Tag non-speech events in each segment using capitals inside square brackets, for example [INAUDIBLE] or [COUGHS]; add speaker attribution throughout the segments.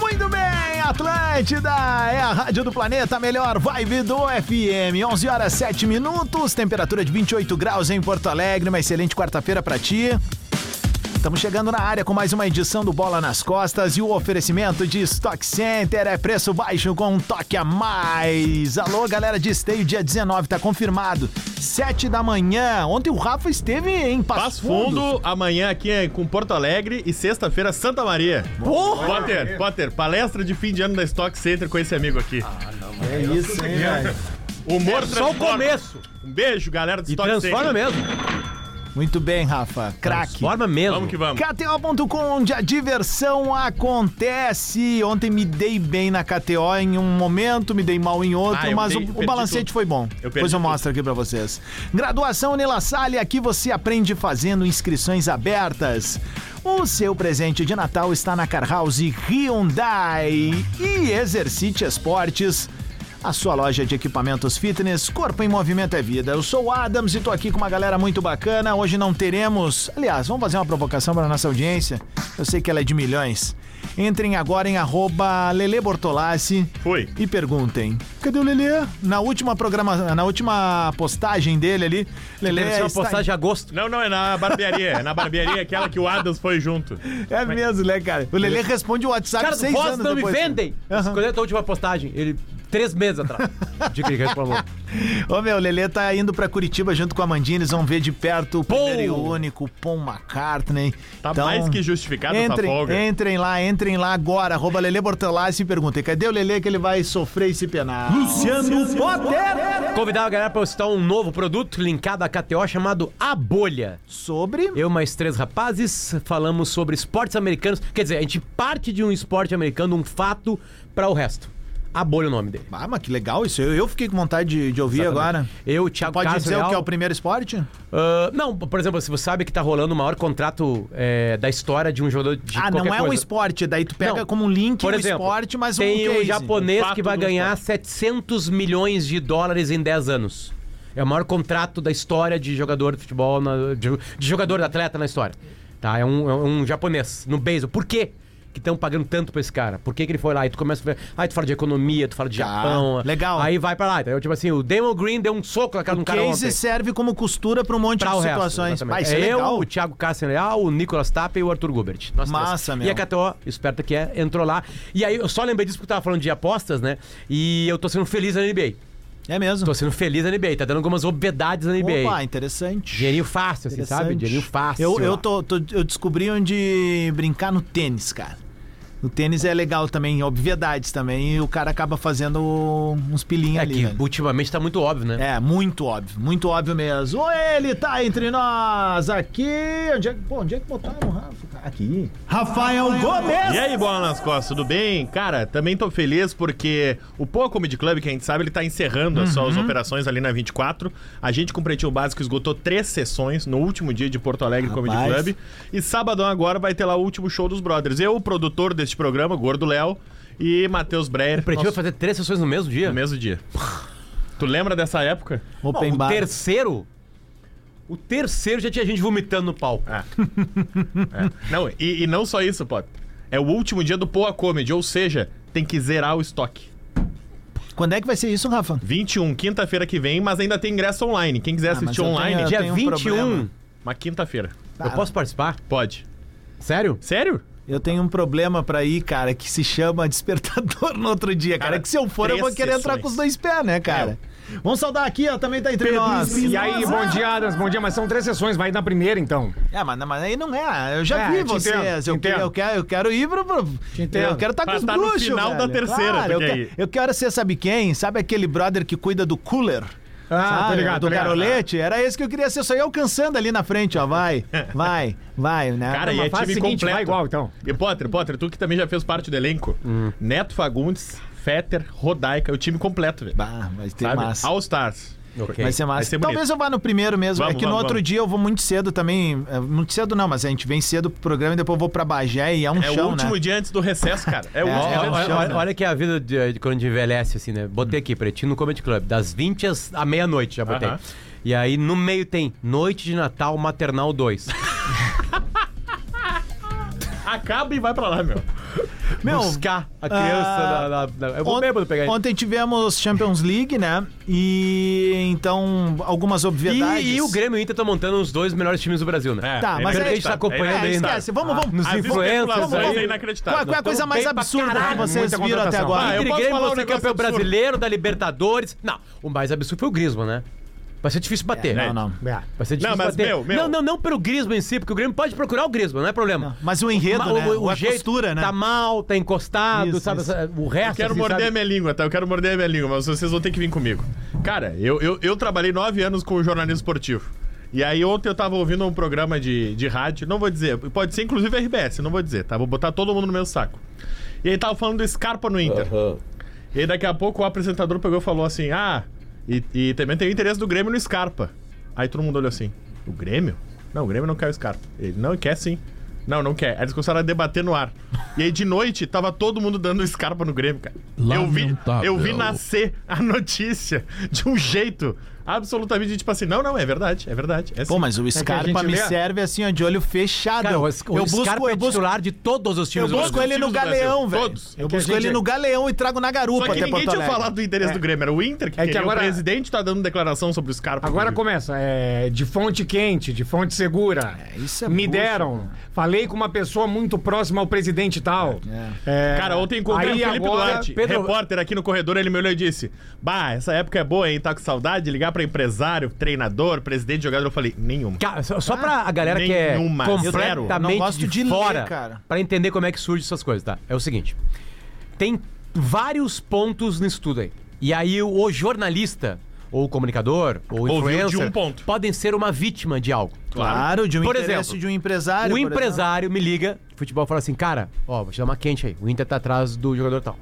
Speaker 1: Muito bem, Atlântida é a rádio do planeta, a melhor vibe do FM. 11 horas 7 minutos, temperatura de 28 graus em Porto Alegre. Uma excelente quarta-feira pra ti. Estamos chegando na área com mais uma edição do Bola nas Costas e o oferecimento de Stock Center é preço baixo com um toque a mais. Alô, galera de esteio, dia 19, tá confirmado. 7 da manhã. Ontem o Rafa esteve em Passo,
Speaker 2: Passo Fundo, amanhã aqui é com Porto Alegre e sexta-feira Santa Maria. Porra! Potter, Potter, palestra de fim de ano da Stock Center com esse amigo aqui.
Speaker 1: É isso, hein, velho?
Speaker 2: Humor
Speaker 3: Só o
Speaker 2: transforma.
Speaker 3: começo.
Speaker 2: Um beijo, galera do
Speaker 3: E
Speaker 2: Stock
Speaker 3: transforma
Speaker 2: Center.
Speaker 3: mesmo.
Speaker 1: Muito bem, Rafa. Craque.
Speaker 3: Transforma mesmo.
Speaker 2: Vamos que vamos.
Speaker 1: KTO.com, onde a diversão acontece. Ontem me dei bem na KTO em um momento, me dei mal em outro,
Speaker 2: Ah, eu
Speaker 1: mas
Speaker 2: dei-
Speaker 1: o, o
Speaker 2: perdi
Speaker 1: balancete
Speaker 2: tudo.
Speaker 1: foi bom.
Speaker 2: Eu perdi
Speaker 1: Depois eu
Speaker 2: tudo.
Speaker 1: mostro aqui pra vocês. Graduação Nila Salle, aqui você aprende fazendo inscrições abertas. O seu presente de Natal está na Car House Hyundai e Exercite Esportes. A sua loja de equipamentos fitness, Corpo em Movimento é Vida. Eu sou o Adams e tô aqui com uma galera muito bacana. Hoje não teremos. Aliás, vamos fazer uma provocação para nossa audiência. Eu sei que ela é de milhões. Entrem agora em arroba Lele Bortolassi
Speaker 2: Fui.
Speaker 1: e perguntem: cadê o Lele? Na última programa, na última postagem dele ali, Lele.
Speaker 3: Deve ser é uma
Speaker 1: está-
Speaker 3: postagem de agosto.
Speaker 2: Não, não, é na barbearia. É na barbearia aquela que o Adams foi junto.
Speaker 1: É mesmo, né, cara? O Lele responde o WhatsApp
Speaker 3: Cara,
Speaker 1: seis
Speaker 3: vós
Speaker 1: anos
Speaker 3: não
Speaker 1: depois.
Speaker 3: me vendem.
Speaker 1: Aham.
Speaker 3: Quando é a tua última postagem? Ele, três meses atrás. Diga que ele reclamou.
Speaker 1: Ô meu, o Lelê tá indo pra Curitiba junto com a Mandinha, eles vão ver de perto o
Speaker 3: Paul.
Speaker 1: primeiro e único Paul McCartney. Então,
Speaker 2: Tá mais que justificada essa
Speaker 1: entrem,
Speaker 2: folga.
Speaker 1: Entrem lá, entrem lá agora, arroba Lelê Bortolassi e perguntem, cadê o Lelê que ele vai sofrer e se penar? Luciano Potter!
Speaker 3: Convidar a galera pra eu citar um novo produto linkado à KTO chamado A Bolha.
Speaker 1: Sobre...
Speaker 3: Eu mais três rapazes falamos sobre esportes americanos. Quer dizer, a gente parte de um esporte americano, um fato, pra o resto. A Bolha é o nome dele.
Speaker 1: Ah, mas que legal isso, eu, eu fiquei com vontade de, de ouvir agora.
Speaker 3: Eu, Thiago
Speaker 1: Pode
Speaker 3: Castro
Speaker 1: dizer o
Speaker 3: Leal.
Speaker 1: que é o primeiro esporte?
Speaker 3: Ah, não, por exemplo, se você sabe que tá rolando o maior contrato eh, da história de um jogador de
Speaker 1: ah, não
Speaker 3: qualquer
Speaker 1: é um
Speaker 3: coisa.
Speaker 1: esporte, daí tu pega
Speaker 3: Não.
Speaker 1: como um link
Speaker 3: Por
Speaker 1: um
Speaker 3: exemplo,
Speaker 1: esporte, mas um
Speaker 3: tem um
Speaker 1: case.
Speaker 3: japonês
Speaker 2: Um fato
Speaker 3: que vai
Speaker 2: do
Speaker 3: ganhar 700 milhões de dólares em 10 anos. É o maior contrato da história de jogador de futebol, na- de, de jogador de atleta na história. Tá? É um, é um japonês no beisebol. Por quê? Que estão pagando tanto pra esse cara. Por que, que ele foi lá? E tu começa a ver. Aí tu fala de economia, tu fala de
Speaker 1: Tá,
Speaker 3: Japão.
Speaker 1: legal.
Speaker 3: Aí vai pra lá. Entendeu? Tipo assim, o Damon Green deu um soco na cara de um
Speaker 1: O
Speaker 3: cara ontem.
Speaker 1: case serve como costura pra um monte
Speaker 3: Pra
Speaker 1: de
Speaker 3: o resto,
Speaker 1: situações.
Speaker 3: exatamente.
Speaker 1: Ah, isso
Speaker 3: é
Speaker 1: é legal.
Speaker 3: eu, o Thiago Cássio Leal, o Nicolas Tapia e o Arthur Gubert. Nós
Speaker 1: Massa, meu.
Speaker 3: três. E a KTO, esperta que é, entrou lá. E aí, eu só lembrei disso porque eu tava falando de apostas, né? E eu tô sendo feliz na NBA.
Speaker 1: É mesmo.
Speaker 3: Tô sendo feliz na NBA. Tá dando algumas obviedades na NBA.
Speaker 1: Opa, interessante.
Speaker 3: Dinheirinho fácil, assim, sabe? Dinheirinho fácil.
Speaker 1: Eu, eu,
Speaker 3: lá.
Speaker 1: tô, tô- eu descobri onde brincar no tênis, cara. No tênis é legal também, obviedades também, e o cara acaba fazendo uns pilinhos
Speaker 3: É
Speaker 1: ali.
Speaker 3: que
Speaker 1: né?
Speaker 3: ultimamente tá muito óbvio, né?
Speaker 1: É, muito óbvio, muito óbvio mesmo. Ô, Ele tá entre nós aqui. Onde é, que- pô, onde é que botaram o Rafa? cara? Aqui. Rafael Gomes!
Speaker 2: E aí, bola nas costas, tudo bem? Cara, também tô feliz porque o Poa Comedy Club, que a gente sabe, ele tá encerrando as suas operações ali na 24. A gente com o Pretinho Básico esgotou três sessões no último dia de Porto Alegre Comedy
Speaker 1: Rapaz.
Speaker 2: Club. E sabadão agora vai ter lá o último show dos brothers. Eu, o produtor deste programa, Gordo Léo, e Matheus Breyer.
Speaker 3: Pretendo
Speaker 2: nosso-
Speaker 3: fazer três sessões no mesmo dia.
Speaker 2: no mesmo dia. Tu lembra dessa época?
Speaker 1: Open
Speaker 3: Bom, o
Speaker 1: bar.
Speaker 3: terceiro. O terceiro já tinha gente vomitando no palco.
Speaker 2: [LAUGHS] Não, e, e não só isso, Pop. É o último dia do Poa Comedy, ou seja, tem que zerar o estoque.
Speaker 1: Quando é que vai ser isso, Rafa?
Speaker 2: 21, quinta-feira que vem, mas ainda tem ingresso online. Quem quiser
Speaker 1: Ah, mas
Speaker 2: assistir
Speaker 1: eu tenho-
Speaker 2: online,
Speaker 1: eu
Speaker 2: dia
Speaker 1: tenho
Speaker 3: Dia
Speaker 1: um
Speaker 3: 21.
Speaker 1: problema. Ah.
Speaker 2: uma quinta-feira.
Speaker 3: eu posso participar?
Speaker 2: Pode.
Speaker 3: Sério?
Speaker 2: Sério?
Speaker 1: Eu tenho um problema pra ir, cara, que se chama [LAUGHS] despertador no outro dia, cara.
Speaker 2: Cara,
Speaker 1: que se eu for, eu vou
Speaker 2: três
Speaker 1: querer entrar
Speaker 2: sessões.
Speaker 1: com os dois pés, né, cara?
Speaker 2: É,
Speaker 1: Vamos saudar aqui, ó, também tá entre nós.
Speaker 4: E aí, bom dia, Adams. Bom dia, mas são três sessões, vai na primeira então.
Speaker 1: É, mas, mas aí não é. Eu já
Speaker 4: É,
Speaker 1: vi
Speaker 4: te
Speaker 1: vocês.
Speaker 4: entendo, te
Speaker 1: eu, que-
Speaker 4: entendo.
Speaker 1: eu quero, eu quero ir pro. pro-
Speaker 4: entendo.
Speaker 1: eu quero estar com
Speaker 2: Pra
Speaker 1: os
Speaker 2: tá no
Speaker 1: bruxos.
Speaker 2: final da
Speaker 1: velho.
Speaker 2: terceira, tu
Speaker 1: eu,
Speaker 2: quer
Speaker 1: quero,
Speaker 2: ir.
Speaker 1: eu quero ser, sabe quem? Sabe aquele brother que cuida do cooler?
Speaker 4: Ah, tô ligado,
Speaker 1: do
Speaker 4: tô ligado.
Speaker 1: garolete? Era esse que eu queria ser, só ia alcançando ali na frente, ó.
Speaker 2: [LAUGHS]
Speaker 1: Vai, vai, vai, né?
Speaker 2: Cara, e é
Speaker 4: fase
Speaker 2: time
Speaker 4: seguinte,
Speaker 2: completo.
Speaker 4: vai igual, então.
Speaker 2: E Potter, Potter, tu que também já fez parte do elenco.
Speaker 1: Hum.
Speaker 2: Neto Fagundes, Fetter, Rodaica, o time completo, velho.
Speaker 1: Bah, vai ter
Speaker 2: Sabe?
Speaker 1: massa.
Speaker 2: All Stars.
Speaker 3: Ok.
Speaker 1: Vai ser massa.
Speaker 2: Vai ser bonito.
Speaker 1: Talvez eu vá no primeiro mesmo.
Speaker 2: Vamos,
Speaker 1: é que no
Speaker 2: vamos,
Speaker 1: outro
Speaker 2: vamos.
Speaker 1: dia eu vou muito cedo também. é, Muito cedo não, mas a gente vem cedo pro programa e depois eu vou pra Bagé e é um
Speaker 2: É
Speaker 1: show,
Speaker 2: o último
Speaker 1: né?
Speaker 2: dia antes do recesso, cara. É o
Speaker 1: É,
Speaker 2: último
Speaker 1: é o-
Speaker 2: dia antes do
Speaker 1: chão,
Speaker 3: Olha,
Speaker 2: recesso.
Speaker 3: olha,
Speaker 1: né?
Speaker 3: olha que a vida de, de quando a gente envelhece, assim, né? Botei aqui, pretinho no Comedy Club, das 20 às à meia-noite já botei.
Speaker 2: Aham.
Speaker 3: E aí no meio tem Noite de Natal Maternal [LAUGHS] 2.
Speaker 1: é.
Speaker 2: Acaba e vai pra lá, meu.
Speaker 1: Meu,
Speaker 3: Buscar a criança
Speaker 1: ah,
Speaker 3: na, na- na- Eu vou
Speaker 1: ont-
Speaker 3: bêbado pegar ele.
Speaker 1: Ontem tivemos Champions League, né? E então algumas obviedades.
Speaker 3: E, e o Grêmio e o Inter estão montando os dois melhores times do Brasil, né?
Speaker 1: Tá, mas
Speaker 2: inacreditável.
Speaker 3: é- a gente tá acompanhando
Speaker 1: É,
Speaker 3: ainda.
Speaker 1: esquece. Vamos, vamos.
Speaker 3: Nos
Speaker 2: As
Speaker 3: influencers
Speaker 2: especulações é
Speaker 3: aí.
Speaker 1: Qual,
Speaker 2: inacreditável. Então,
Speaker 1: qual é a coisa
Speaker 3: tamo
Speaker 1: mais
Speaker 3: Então, bem pra
Speaker 1: absurda que
Speaker 3: caralho,
Speaker 1: vocês
Speaker 4: muita
Speaker 1: viram até
Speaker 4: contratação.
Speaker 1: agora?
Speaker 2: Ah, eu
Speaker 3: Entre
Speaker 2: posso
Speaker 3: Grêmio
Speaker 2: falar um
Speaker 3: você é
Speaker 2: negócio
Speaker 3: campeão
Speaker 2: absurdo.
Speaker 3: brasileiro, da Libertadores. Não, o mais absurdo foi o Grisman, né? Vai ser difícil bater.
Speaker 1: Não, não.
Speaker 4: É.
Speaker 3: Vai ser difícil
Speaker 2: Não, mas
Speaker 3: bater.
Speaker 2: meu, meu.
Speaker 3: Não, não, não pelo Grisman em si, porque o Grêmio pode procurar o Grisman, não é problema.
Speaker 1: Mas o enredo,
Speaker 3: Ma-
Speaker 1: né?
Speaker 3: o, o
Speaker 1: a
Speaker 3: jeito
Speaker 1: postura, né?
Speaker 3: tá mal, tá encostado,
Speaker 1: Isso,
Speaker 3: sabe?
Speaker 1: isso.
Speaker 3: O resto.
Speaker 2: Eu quero
Speaker 3: assim,
Speaker 2: morder
Speaker 3: sabe?
Speaker 2: a minha língua, tá? Eu quero morder a minha língua, mas vocês vão ter que vir comigo. Cara, eu, eu, eu trabalhei nove anos com jornalismo esportivo. E aí ontem eu tava ouvindo um programa de, de rádio, não vou dizer, pode ser inclusive RBS, não vou dizer, tá? Vou botar todo mundo no meu saco. E aí tava falando do Scarpa no Inter. E aí daqui a pouco o apresentador pegou e falou assim: Ah, e, e também tem o interesse do Grêmio no Scarpa. Aí todo mundo olhou assim: O Grêmio? Não, o Grêmio não quer o Scarpa. Ele não quer sim. Não, não quer. Aí eles começaram a debater no ar. E aí de noite tava todo mundo dando Scarpa no Grêmio, cara. Eu vi, eu vi nascer a notícia de um jeito absolutamente tipo assim: Não, não, é verdade, é verdade. É
Speaker 1: Pô,
Speaker 2: sim."
Speaker 1: mas o Scarpa
Speaker 4: gente
Speaker 1: me
Speaker 4: lê-
Speaker 1: serve assim, ó, de olho fechado.
Speaker 3: Cara,
Speaker 1: eu,
Speaker 3: o, o
Speaker 1: busco,
Speaker 3: Scarpa
Speaker 1: eu
Speaker 3: é
Speaker 1: busco,
Speaker 3: titular de todos os
Speaker 1: eu
Speaker 3: times do
Speaker 1: busco
Speaker 3: Brasil.
Speaker 1: ele no
Speaker 2: Todos os times do
Speaker 1: galeão,
Speaker 2: Brasil.
Speaker 1: velho.
Speaker 2: Todos.
Speaker 1: Eu
Speaker 4: É que a
Speaker 1: busco
Speaker 4: gente-
Speaker 1: ele no galeão e trago na garupa
Speaker 2: Só que
Speaker 1: até
Speaker 2: ninguém
Speaker 1: Porto
Speaker 2: tinha
Speaker 1: Alegre.
Speaker 2: falado do interesse do Grêmio, era o Inter que,
Speaker 4: É que
Speaker 2: queria,
Speaker 4: agora-
Speaker 2: o presidente tá dando declaração sobre o Scarpa.
Speaker 4: Agora
Speaker 2: inclusive.
Speaker 4: começa, é, de fonte quente, de fonte segura.
Speaker 1: isso é
Speaker 4: Me
Speaker 1: bucha,
Speaker 4: deram. Falei com uma pessoa muito próxima ao presidente e tal. É.
Speaker 2: Cara, ontem encontrei
Speaker 4: Aí
Speaker 2: o Felipe
Speaker 4: agora-
Speaker 2: Duarte,
Speaker 3: Pedro-
Speaker 2: repórter aqui no corredor, ele me olhou e disse: Bah, essa época é boa, hein? Tá com saudade de ligar pra empresário, treinador, presidente, jogador. Eu falei, nenhuma.
Speaker 3: Cara, só, só pra a galera que é
Speaker 2: nenhuma. Zero.
Speaker 3: completamente
Speaker 2: Eu
Speaker 1: não gosto
Speaker 3: de,
Speaker 1: de ler,
Speaker 3: fora,
Speaker 1: cara.
Speaker 3: pra entender como é que surge essas coisas, tá? É o seguinte, tem vários pontos nisso tudo aí. E aí o, o jornalista, ou o comunicador, ou o
Speaker 2: Ouviu de
Speaker 3: influencer,
Speaker 2: um ponto.
Speaker 3: podem ser uma vítima de algo.
Speaker 1: Claro, de um
Speaker 3: Por
Speaker 1: interesse
Speaker 3: exemplo,
Speaker 1: de um empresário.
Speaker 3: o
Speaker 1: por exemplo.
Speaker 3: empresário me liga, futebol, fala assim, cara, ó, vou te dar uma quente aí. O Inter tá atrás do jogador tal.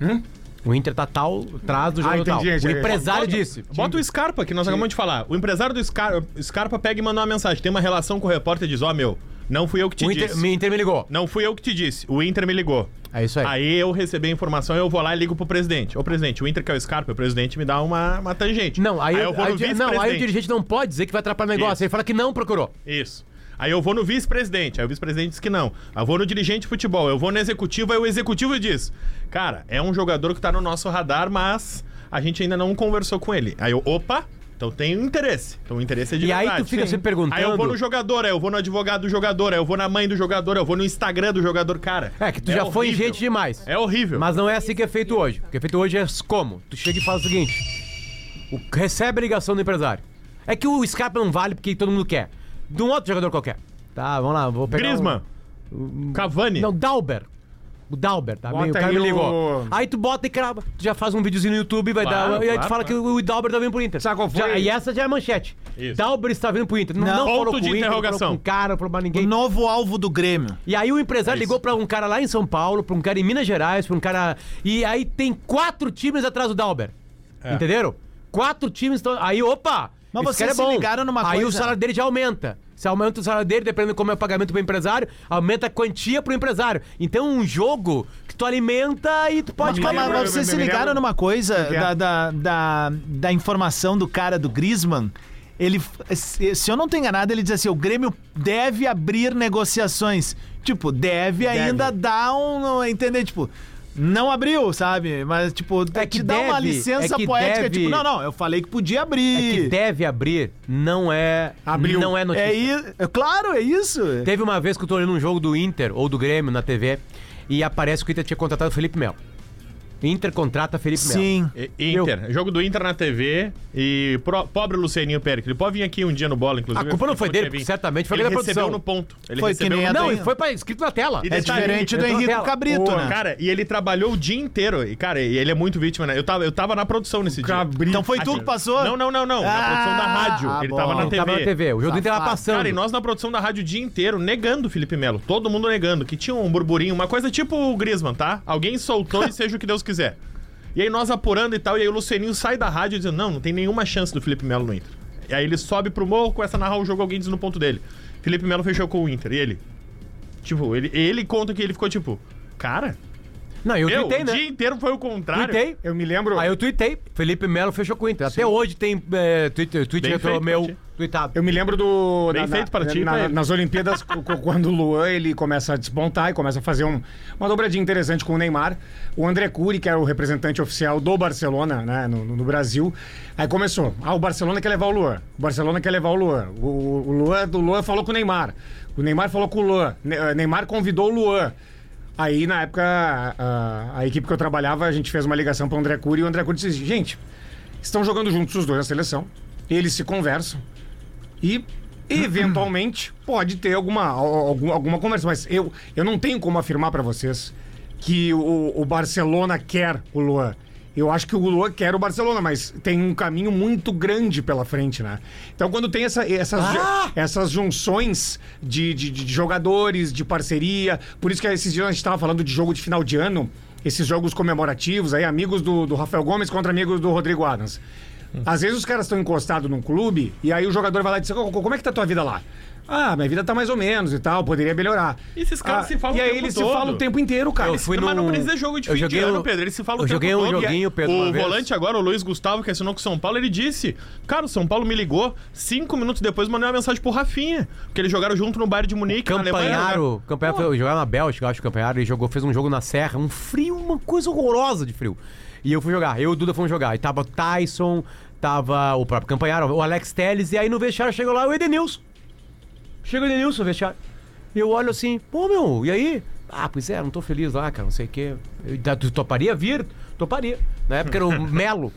Speaker 2: Hum?
Speaker 3: O Inter tá tal, atrás
Speaker 2: Ah,
Speaker 3: do jogador
Speaker 4: entendi,
Speaker 3: tal.
Speaker 4: entendi.
Speaker 3: O empresário disse.
Speaker 2: Bota o Scarpa, que nós acabamos de falar. O empresário do Scar- Scarpa pega e manda uma mensagem. Tem uma relação com o repórter e diz: Ó, meu, não fui eu que te
Speaker 3: O Inter,
Speaker 2: disse.
Speaker 3: o Inter me ligou.
Speaker 2: Não fui eu que te disse. O Inter me ligou.
Speaker 3: É isso aí.
Speaker 2: Aí eu recebi a informação, eu vou lá e ligo pro presidente. Ô, presidente, o Inter que é o Scarpa, o presidente me dá uma, uma tangente.
Speaker 3: Não, aí,
Speaker 2: eu vou
Speaker 3: aí
Speaker 2: no
Speaker 3: o di- não, aí o
Speaker 2: vice-presidente.
Speaker 3: dirigente não pode dizer que vai atrapalhar o negócio.
Speaker 2: Isso.
Speaker 3: Ele fala que não procurou.
Speaker 2: Isso. Aí eu vou no vice-presidente, aí o vice-presidente diz que não. Aí eu vou no dirigente de futebol, eu vou no executivo, aí o executivo diz: Cara, é um jogador que tá no nosso radar, mas a gente ainda não conversou com ele. Aí eu, opa, então tem interesse. Então o interesse é de
Speaker 3: E aí
Speaker 2: verdade.
Speaker 3: tu fica
Speaker 2: Sim.
Speaker 3: se perguntando-
Speaker 2: Aí eu vou no jogador, aí eu vou no advogado do jogador, aí eu vou na mãe do jogador, aí eu vou no Instagram do jogador, cara.
Speaker 3: É que tu já foi
Speaker 2: horrível.
Speaker 3: gente demais.
Speaker 2: É horrível.
Speaker 3: Mas não é assim que é feito hoje. O que é feito hoje é como? Tu chega e fala o seguinte: o- recebe a ligação do empresário. É que o Scarpa não vale porque todo mundo quer. De um outro jogador qualquer. Tá, vamos lá, vou pegar. um-
Speaker 2: Griezmann, Cavani.
Speaker 3: Não, Dauber. O Dauber, tá?
Speaker 4: Bota
Speaker 3: Meio, o cara
Speaker 4: aí
Speaker 3: me
Speaker 4: o-
Speaker 3: ligou. Aí tu bota e crava. Tu já faz um videozinho no YouTube, vai
Speaker 2: Claro,
Speaker 3: dar. E aí tu
Speaker 2: claro,
Speaker 3: fala que o Dauber tá vindo pro Inter.
Speaker 4: Sabe qual foi?
Speaker 3: Já- e essa já é a manchete.
Speaker 2: Isso.
Speaker 3: Dauber está vindo pro Inter. Não,
Speaker 1: Não.
Speaker 3: não
Speaker 2: Ponto
Speaker 3: falou com
Speaker 2: de
Speaker 3: o Inter,
Speaker 2: interrogação.
Speaker 3: falou com o cara, falou pra
Speaker 1: O
Speaker 3: ninguém.
Speaker 1: novo alvo do Grêmio.
Speaker 3: E aí o empresário
Speaker 2: É isso.
Speaker 3: ligou pra um cara lá em São Paulo, pra um cara em Minas Gerais, pra um cara. E aí tem quatro times atrás do Dauber.
Speaker 2: É.
Speaker 3: Entenderam? Quatro times. tão- Aí, opa!
Speaker 1: Mas
Speaker 3: esse
Speaker 1: vocês
Speaker 3: cara é
Speaker 1: se
Speaker 3: bom.
Speaker 1: ligaram numa
Speaker 3: Aí o
Speaker 1: coisa-
Speaker 3: salário dele já aumenta. Se aumenta o salário dele, dependendo de como é o pagamento pro empresário, aumenta a quantia pro empresário. Então um jogo que tu alimenta e tu
Speaker 1: Mas, é mas,
Speaker 3: pode
Speaker 4: Mas me
Speaker 3: pagar.
Speaker 4: lembra-
Speaker 1: vocês
Speaker 4: me-
Speaker 1: se
Speaker 4: me
Speaker 1: ligaram
Speaker 4: lembra-
Speaker 1: numa coisa
Speaker 4: que é?
Speaker 1: da, da, da, da informação do cara do Griezmann? Ele, se se eu não tô enganado, ele diz assim: o Grêmio deve abrir negociações. Tipo, deve, ainda dar um. Entender? Tipo, não abriu, sabe? Mas, tipo,
Speaker 3: É que
Speaker 1: te dá uma
Speaker 3: deve,
Speaker 1: licença
Speaker 3: é que
Speaker 1: poética.
Speaker 3: deve.
Speaker 1: Tipo, não, não, eu falei que podia
Speaker 3: É
Speaker 1: abrir.
Speaker 3: que deve abrir, não é.
Speaker 4: Abriu.
Speaker 3: Não é notícia.
Speaker 1: É isso. é Claro, é isso.
Speaker 3: Teve uma vez que eu tô olhando um jogo do Inter ou do Grêmio na TV e aparece que o Inter tinha contratado o Felipe Melo. Inter contrata Felipe Melo.
Speaker 1: Sim.
Speaker 2: E- Inter. Jogo do Inter na TV e pro- pobre Lucianinho Pérez. Ele pode vir aqui um dia no bola, inclusive.
Speaker 3: A culpa não
Speaker 2: Ele
Speaker 3: foi dele,
Speaker 2: podia vir.
Speaker 3: certamente foi
Speaker 2: ele
Speaker 3: da
Speaker 2: recebeu
Speaker 3: produção.
Speaker 2: no ponto. Ele
Speaker 1: Foi que
Speaker 2: recebeu
Speaker 1: nem a
Speaker 2: no
Speaker 1: da-
Speaker 3: Não,
Speaker 2: ponto.
Speaker 3: e foi pra, escrito na tela.
Speaker 2: é. E
Speaker 1: É
Speaker 2: detalhe,
Speaker 1: diferente do
Speaker 3: eu tô
Speaker 1: Henrique
Speaker 3: tela.
Speaker 1: Cabrito,
Speaker 2: Pô,
Speaker 1: né?
Speaker 2: Cara, e ele trabalhou o dia inteiro. E, cara, e ele é muito vítima, né? Eu tava, eu tava na produção nesse dia.
Speaker 1: Então foi tu que passou?
Speaker 2: Não, não, não, não.
Speaker 1: Ah,
Speaker 2: na produção da rádio.
Speaker 1: ah,
Speaker 2: ele
Speaker 1: bom.
Speaker 2: tava na
Speaker 1: Ele
Speaker 2: TV.
Speaker 3: Tava na TV. O jogo do Inter tava
Speaker 1: Safado.
Speaker 3: passando.
Speaker 2: Cara, e nós na produção da rádio o dia inteiro negando o Felipe Melo. Todo mundo negando, que tinha um burburinho, uma coisa tipo o Griezmann, tá? Alguém soltou e seja o que Deus quiser. E aí nós apurando e tal, e aí o Luceninho sai da rádio dizendo: Não, não tem nenhuma chance do Felipe Melo no Inter. E aí ele sobe pro morro, começa a narrar o jogo, alguém diz no ponto dele: Felipe Melo fechou com o Inter. E ele, tipo, ele, ele conta que ele ficou tipo: Cara,
Speaker 3: Não, eu
Speaker 2: meu,
Speaker 3: tuitei,
Speaker 2: o
Speaker 3: né?
Speaker 2: dia inteiro foi o contrário.
Speaker 3: Tuitei.
Speaker 4: Eu me lembro.
Speaker 3: Aí eu tuitei. Felipe Melo fechou com o Inter. Até hoje tem é, tweet, tweet
Speaker 2: Bem
Speaker 3: retrô
Speaker 2: feito,
Speaker 3: meu
Speaker 2: Pati.
Speaker 3: tweetado.
Speaker 4: Eu me lembro do.
Speaker 2: Bem feito pra ti, né?
Speaker 4: na-
Speaker 2: pra ele.
Speaker 4: Nas Olimpíadas, [LAUGHS] co- co- quando o Luan ele começa a despontar e começa a fazer um- uma dobradinha interessante com o Neymar. O André Cury, que era o representante oficial do Barcelona, né, no, no- no Brasil, aí começou. Ah, o Barcelona quer levar o Luan. O Barcelona quer levar o Luan. O, o, o Luan, o Luan falou com o Neymar. O Neymar falou com o Luan. Ne- eh, Neymar convidou o Luan. Aí, na época, a, a equipe que eu trabalhava, a gente fez uma ligação para o André Cury e o André Cury disse: assim, gente, estão jogando juntos os dois na seleção. Eles se conversam e eventualmente [CLEARS THROAT] pode ter alguma, alguma, alguma conversa. Mas eu, eu não tenho como afirmar pra vocês que o, o Barcelona quer o Luan. Eu acho que o Luan quer o Barcelona, mas tem um caminho muito grande pela frente, né? Então, quando tem essa- essas, ju- essas junções de, de- de jogadores, de parceria, por isso que esses dias a gente estava falando de jogo de final de ano, esses jogos comemorativos, aí amigos do, do Rafael Gomes contra amigos do Rodrigo Adams. Às vezes os caras estão encostados num clube e aí o jogador vai lá e diz: "Ô, Como é que tá tua vida lá? Ah, minha vida tá mais ou menos e tal, poderia melhorar. Ah,
Speaker 2: E esses caras se falam
Speaker 4: E
Speaker 2: o
Speaker 4: aí
Speaker 2: tempo
Speaker 4: eles
Speaker 2: todo.
Speaker 4: se falam o tempo inteiro, cara.
Speaker 3: Eu fui
Speaker 2: Mas
Speaker 3: num-
Speaker 2: não precisa de jogo de
Speaker 3: eu
Speaker 2: fim de
Speaker 3: joguei
Speaker 2: ano,
Speaker 3: um-
Speaker 2: Pedro. Ele se fala o
Speaker 3: eu
Speaker 2: tempo
Speaker 3: joguei um
Speaker 2: todo, e
Speaker 3: joguinho,
Speaker 2: a-
Speaker 3: Pedro, uma
Speaker 2: O
Speaker 3: vez.
Speaker 2: volante agora, o Luiz Gustavo, que assinou com o São Paulo, ele disse: Cara, o São Paulo me ligou, cinco minutos depois mandei uma mensagem pro Rafinha. Porque eles jogaram junto no Bayern de Munique, na Alemanha. né?
Speaker 3: Campanharo, Campanharo foi jogar na Bélgica, eu acho que o Campanharo, ele jogou, fez um jogo na Serra, um frio, uma coisa horrorosa de frio. E eu fui jogar, eu e o Duda fomos jogar, e tava o Tyson, tava o próprio Campanharo, o Alex Telles, e aí no vestiário chegou lá o Edenilson. Chega o Edenilson no vestiário. E eu olho assim, pô meu, e aí? Ah, pois é, não tô feliz lá, cara, não sei o quê. Eu, tá, tu toparia vir? Toparia. Na época era o
Speaker 4: [LAUGHS]
Speaker 3: Melo.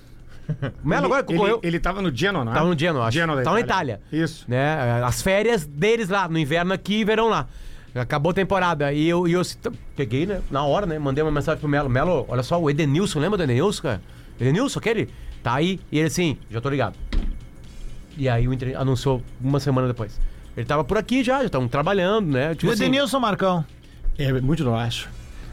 Speaker 3: O Melo agora
Speaker 4: ele,
Speaker 3: concorreu.
Speaker 4: ele tava no Genoa, não é?
Speaker 3: Tava Tá no Genoa, eu acho.
Speaker 4: Genoa da
Speaker 3: Tava na Itália.
Speaker 4: Isso.
Speaker 3: Né? As férias deles lá, no inverno aqui e verão lá. Acabou a temporada. E eu, e eu cita- peguei, né? Na hora, né? Mandei uma mensagem pro Melo. Melo, olha só, o Edenilson, lembra do Edenilson, cara? Edenilson, aquele? Tá aí. E ele assim, já tô ligado. E aí o Inter anunciou uma semana depois. Ele tava por aqui já, já estavam trabalhando, né? Tipo
Speaker 1: O
Speaker 3: assim,
Speaker 1: Edenilson Marcão.
Speaker 5: É muito nosso.